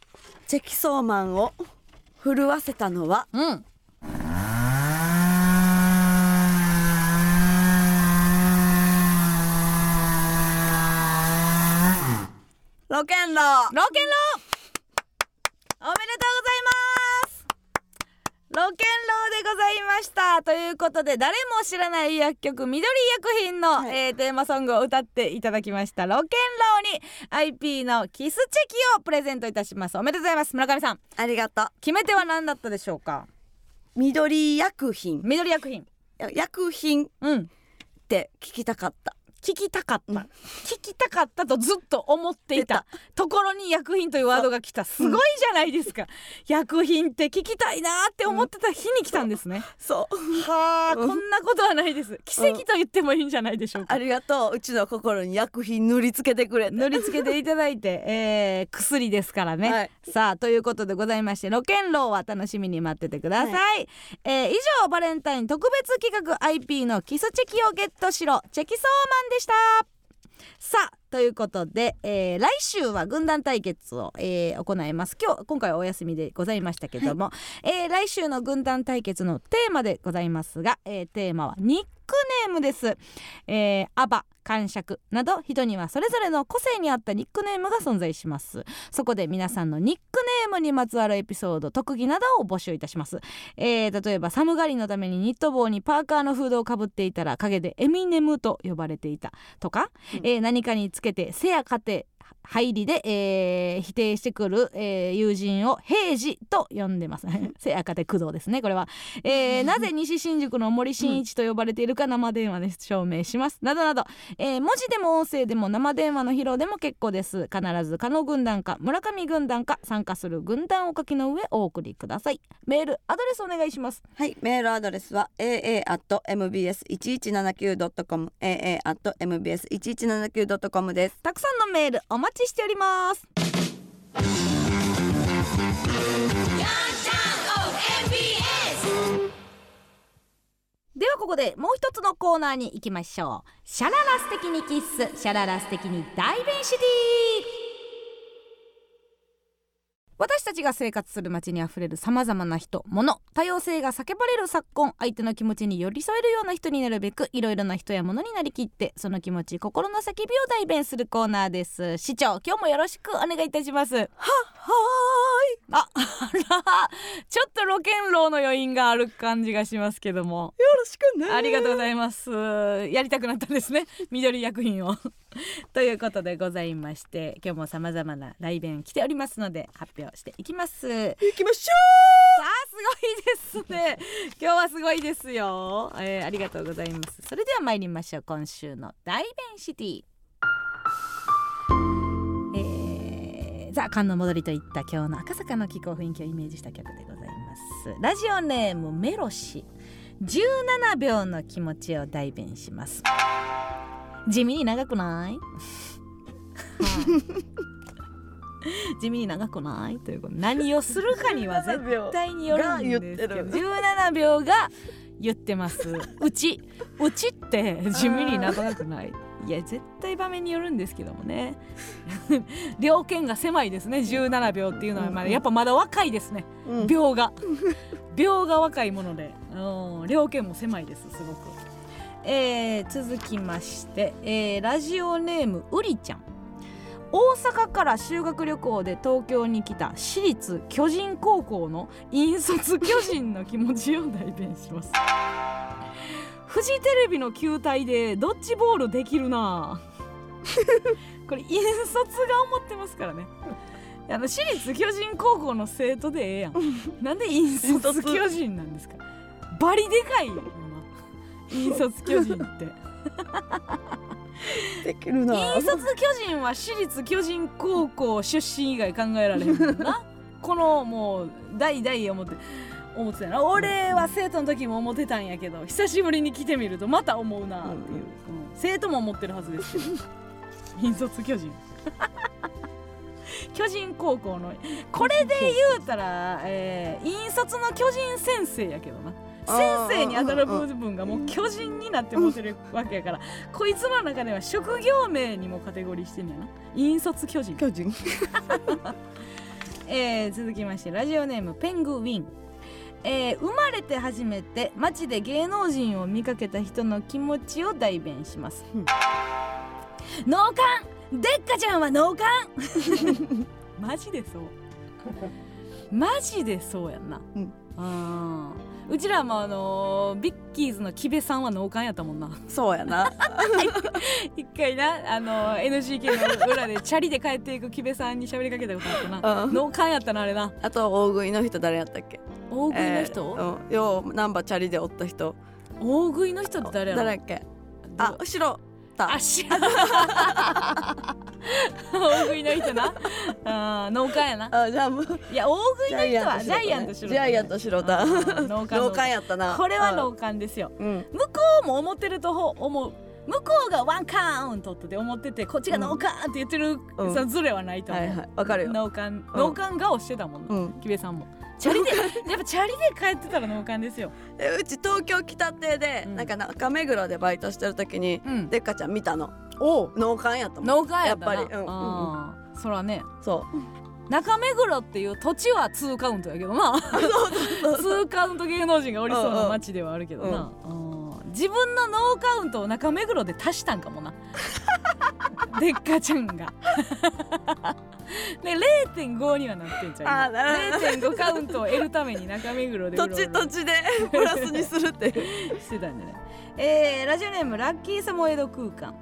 チェキソーマンを震わせたのはうんロケンローロケンローおめでとうございますロケンローでございましたということで誰も知らない薬局緑薬品の、はいえーテーマソングを歌っていただきましたロケンローに IP のキスチェキをプレゼントいたしますおめでとうございます村上さんありがとう決め手は何だったでしょうか緑薬品緑薬品薬品っうんて聞きたかった聞きたかった、聞きたかったとずっと思っていたところに薬品というワードが来たすごいじゃないですか、薬品って聞きたいなーって思ってた日に来たんですね、そうはあこんなことはないです奇跡と言ってもいいんじゃないでしょうか、ありがとううちの心に薬品塗りつけてくれて乗り付けていただいて、えー、薬ですからね、はいさあということでございましてロケンローは楽しみに待っててください、えー以上バレンタイン特別企画 IP のキスチェキをゲットしろチェキソーマンでしたさあということで、えー来週は軍団対決を、えー行います今日今回はお休みでございましたけども、えー来週の軍団対決のテーマでございますが、えーテーマはニックネームです、えー、アバ感触など人にはそれぞれの個性に合ったニックネームが存在しますそこで皆さんのニックネームにまつわるエピソード特技などを募集いたします、えー例えば寒がりのためにニット帽にパーカーのフードをかぶっていたら陰でエミネムと呼ばれていたとか、えー何かにつけてせやかて入りで、えー否定してくる、えー友人を平次と呼んでます せやかて工藤ですねこれは、えーなぜ西新宿の森進一と呼ばれているか生電話で証明しますなどなど、えー文字でも音声でも生電話の披露でも結構です必ず加納軍団か村上軍団か参加する軍団を書きの上お送りくださいメールアドレスお願いしますはい、メールアドレスは aa.mbs1179.com aa.mbs1179.com です。たくさんのメールお待ちしておりますではここでもう一つのコーナーに行きましょうシャララス的にキッスシャララス的にダイベンシティ私たちが生活する街にあふれるさまざまな人物多様性が叫ばれる昨今相手の気持ちに寄り添えるような人になるべくいろいろな人や物になりきってその気持ち心の叫びを代弁するコーナーです市長今日もよろしくお願いいたしますははーいああらちょっとロケンローの余韻がある感じがしますけどもよろしくねありがとうございます。やりたくなったんですね。 緑薬品を。 ということでございまして、今日も様々な来弁来ておりますので発表していきます。行きましょう。さあすごいですね。今日はすごいですよ、えーありがとうございます。それでは参りましょう。今週の大弁シティ。えーザ・カンの戻りといった今日の赤坂の気候雰囲気をイメージした曲でございますラジオネームメロシ17秒の気持ちを代弁します地味に長くない 地味に長くないということ何をするかには絶対によるんですけどが言って17秒が言ってます うちうちって地味に長くないいや絶対場面によるんですけどもね 両剣が狭いですね17秒っていうのはまだやっぱまだ若いですねうん秒 が秒が若いもので、うん、両剣も狭いですすごく、えー続きまして、えーラジオネームうりちゃん大阪から修学旅行で東京に来た私立巨人高校の引率巨人の気持ちを代弁します フジテレビの球体でドッジボールできる なぁこれ引率が思ってますからねあの私立巨人高校の生徒でええやんなんで引率巨人なんですかバリでかいよほんま引率巨人ってできる引率巨人は私立巨人高校出身以外考えられへんもん なこのもう代々思って思ってたよな俺は生徒の時も思ってたんやけど久しぶりに来てみるとまた思うなっていう、うん生徒も思ってるはずですけど引率巨 人巨人高校のこれで言うたら、えー、引率の巨人先生やけどなあー先生に当たる部分がもう巨人になって持ってるわけやからこいつの中では職業名にもカテゴリーしてんねやな引率巨人、巨人。 えー続きましてラジオネームペングウィン、えー生まれて初めて街で芸能人を見かけた人の気持ちを代弁します、うん脳幹でっかちゃんは脳幹 マジでそうマジでそうやんなうんあーうちらもあのービッキーズの木部さんは脳幹やったもんなそうやな。一回なあの NGK の裏でチャリで帰っていく木部さんに喋りかけたことあったなうん脳幹やったなあれな あと大食いの人誰やったっけ？大食いの人、えーうんようナンバーチャリでおった人。大食いの人って誰やろ誰やっけ？あ後ろ。あ知らん大食いの人なあー脳幹やなあじゃあもう いや大食いジのャイ人アンはトジャイアントしろジャイアント白だ。脳幹老館やったな。これは老。脳幹ですようん。向こうも思ってるとほ思う向こうがワンカウントって思っててこっちがノーカーンって言ってる、うんそのズレはないと思う、はいはいわかるよ脳幹脳幹顔してたもんな、うん。木部さんもチャリで やっぱチャリで帰ってたら脳幹ですよ、えうち東京北邸で、うんなんか中目黒でバイトしてる時に、うん、でっかちゃん見たのお農館やったもん農家やったなやっぱりうんあーそらねそ中目黒っていう土地は2カウントやけど な2カウント芸能人がおりそうな街ではあるけどな、あー自分のノーカウントを中目黒で足したんかもな でっかちゃんが で0.5にはなってんちゃあうー今なるほ0.5カウントを得るために中目黒うで うろ土うろ地土地でプラスにするっていうしてたんじゃない、えーラジオネームラッキーサモエド空間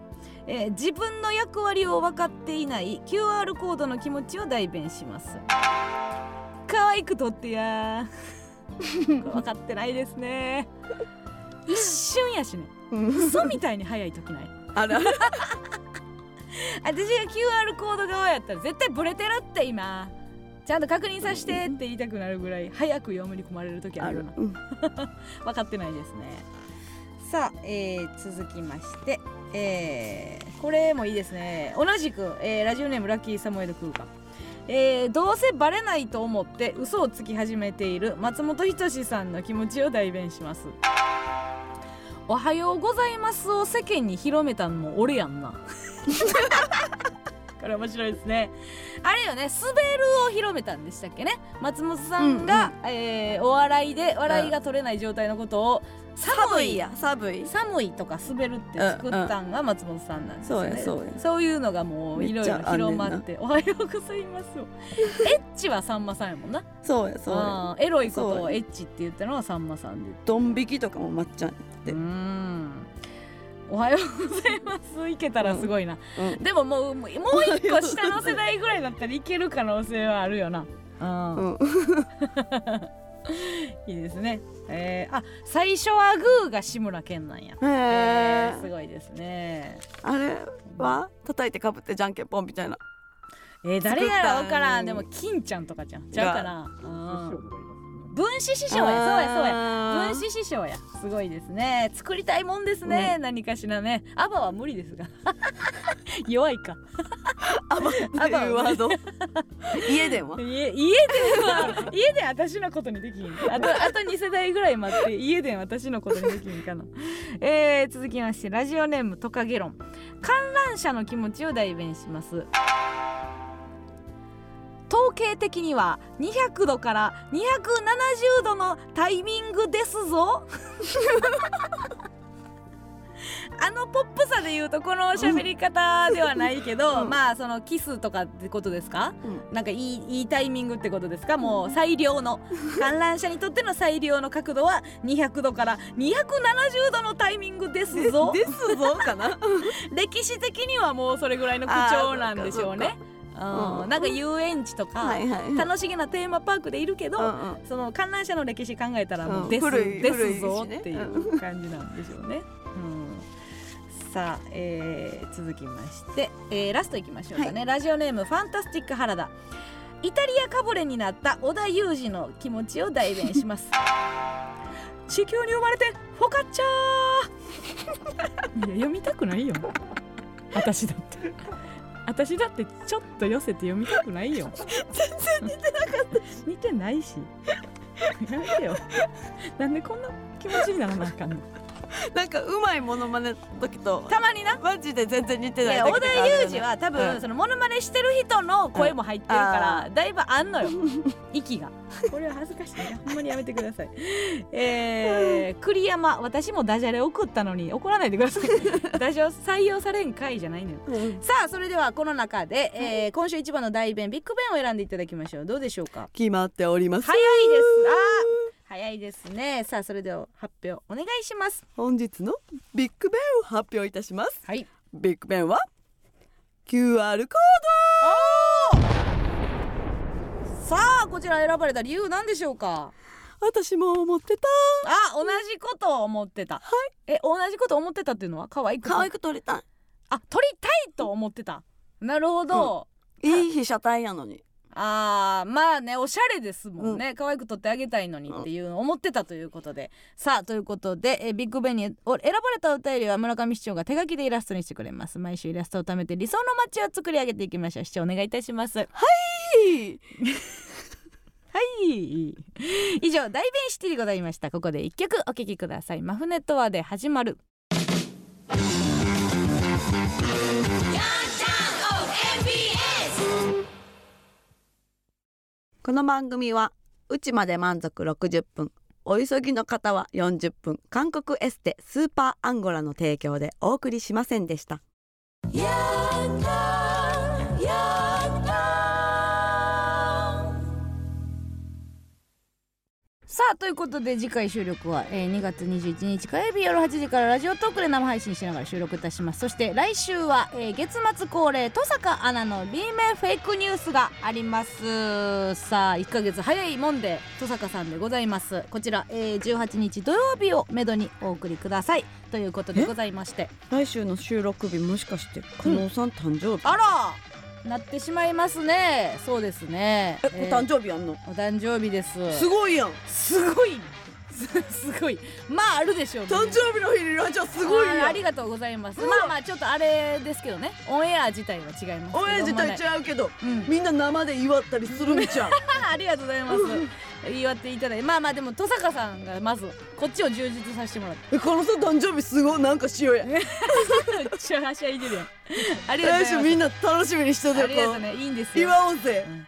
えー自分の役割を分かっていない QR コードの気持ちを代弁します可愛く撮ってや分かってないですね一瞬やしねうん嘘みたいに早い時ないあるある私が QR コード側やったら絶対ブレてるって今ちゃんと確認させてって言いたくなるぐらい早く読み込まれる時ああるるな、うん 分かってないですねさあ、えー続きまして、えーこれもいいですね同じく、えーラジオネームラッキーサムエル空間えーどうせバレないと思って嘘をつき始めている松本人志さんの気持ちを代弁しますおはようございますを世間に広めたのも俺やんなこれ面白いですねあれよね滑るを広めたんでしたっけね松本さんが、えーお笑いで笑いが取れない状態のことを寒寒いいや寒い寒いとか滑るって作ったんが松本さんなんですよね、うんうんそうやそうやいうのがもういろいろ広まって「おはようございます」 エッチはさんまさんやもんなそうやそうやうんエロいことそをうエやッチって言ったのはさんまさんでドン引きとかもまっちゃんうでんおはようございますいけたらすごいな、うんでももうもうもう一個下の世代ぐらいだったらいける可能性はあるよなうんうんいいですね。えー、あ最初はグーが志村けんなんや。 へえーすごいですね。あれは叩いてかぶってじゃんけんぽんみたいなえー、誰やらわか作っらたんんでも金ちゃんとかじゃん。ちゃうかな。うん分子師匠やそうやそうや。や分子師匠やすごいですね作りたいもんですね、何かしらねアバは無理ですが 弱いかアバウワード 家でも家家では家で私のことにできひんあとあと2世代ぐらい待って家で私のことにできひんかな、えー、続きましてラジオネームトカゲロン観覧車の気持ちを代弁します統計的には200度から270度のタイミングですぞあのポップさで言うとこの喋り方ではないけど、うんまあそのキスとかってことですかうんなんかいいいいタイミングってことですかもう最良の観覧車にとっての最良の角度は200度から270度のタイミングですぞ ですぞかな 歴史的にはもうそれぐらいの口調なんでしょうねかうんなんか遊園地とか、はいはいはい楽しげなテーマパークでいるけど、うんうんその観覧車の歴史考えたらもううんです、古いです古いぞしねっていう感じなんでしょうね。うん、 さあ、えー続きまして、えーラストいきましょうかね、ラジオネームファンタスティック原田イタリアかぶれになった織田裕二の気持ちを代弁します 地球に生まれてフォカッチャー いや読みたくないよ私だって私だってちょっと寄せて読みたくないよ 全然似てなか った似てないしやめてよなんでこんな気持ちにならなあかんのなんかうまいモノマネの時とたまになマジで全然似ていないや時織とか田あるよね裕二は多分、うんそのモノマネしてる人の声も入ってるから、だいぶあんの よ息がこれは恥ずかしいなほんまにやめてください えー、栗山私もダジャレ送ったのに怒らないでくださ いダジャレ採用されん回じゃないのようんさあそれではこの中で、えー、今週一番の大弁ビッグベンを選んでいただきましょうどうでしょうか決まっております早いですあー早いですねさあそれでは発表お願いします本日のビッグベンを発表いたしますはいビッグベンは QR コーさあこちら選ばれた理由なんでしょうかド私も思ってたあ同じことを思ってたはいえ同じこと思ってたっていうのは可愛く可愛く撮りたあ撮りたいと思ってたなるほど、いいい被写体やのにあーまあねおしゃれですもんね、可愛く撮ってあげたいのにっていうのを思ってたということでさあということでえビッグベンに選ばれたお便りは村上市長が手書きでイラストにしてくれます毎週イラストを貯めて理想の街を作り上げていきましょう市長お願いいたしますはい 以上大弁シティでございましたここで一曲お聴きくださいマフネットワーで始まるこの番組はうちまで満足60分お急ぎの方は40分韓国エステスーパーアンゴラの提供でお送りしませんでしたさあということで次回収録は、えー2月21日火曜日夜8時からラジオトークで生配信しながら収録いたしますそして来週は、えー月末恒例登坂アナの B 面フェイクニュースがありますさあ1ヶ月早いもんで登坂さんでございますこちら、えー18日土曜日をめどにお送りくださいということでございまして来週の収録日もしかして加納さん誕生日、あらなってしまいますねそうですねえお誕生日やんの、お誕生日ですすごいやんすごいすすごいまああるでしょうね誕生日の日にラジオすごいあーやあんりがとうございますまあまあちょっとあれですけどねオンエア自体は違いますけど親父とま違うけどあねうんみんな生で祝ったりするんじゃ んありがとうございます言いわっていただいてまあまあでも登坂さんがまずこっちを充実させてもらっ て え加納さん誕生日すごいなんかしようやめっちゃはしゃいでるやんありがとう来ござい週ますみんな楽しみにしてあてりがことうねいいんですよ祝おうぜうん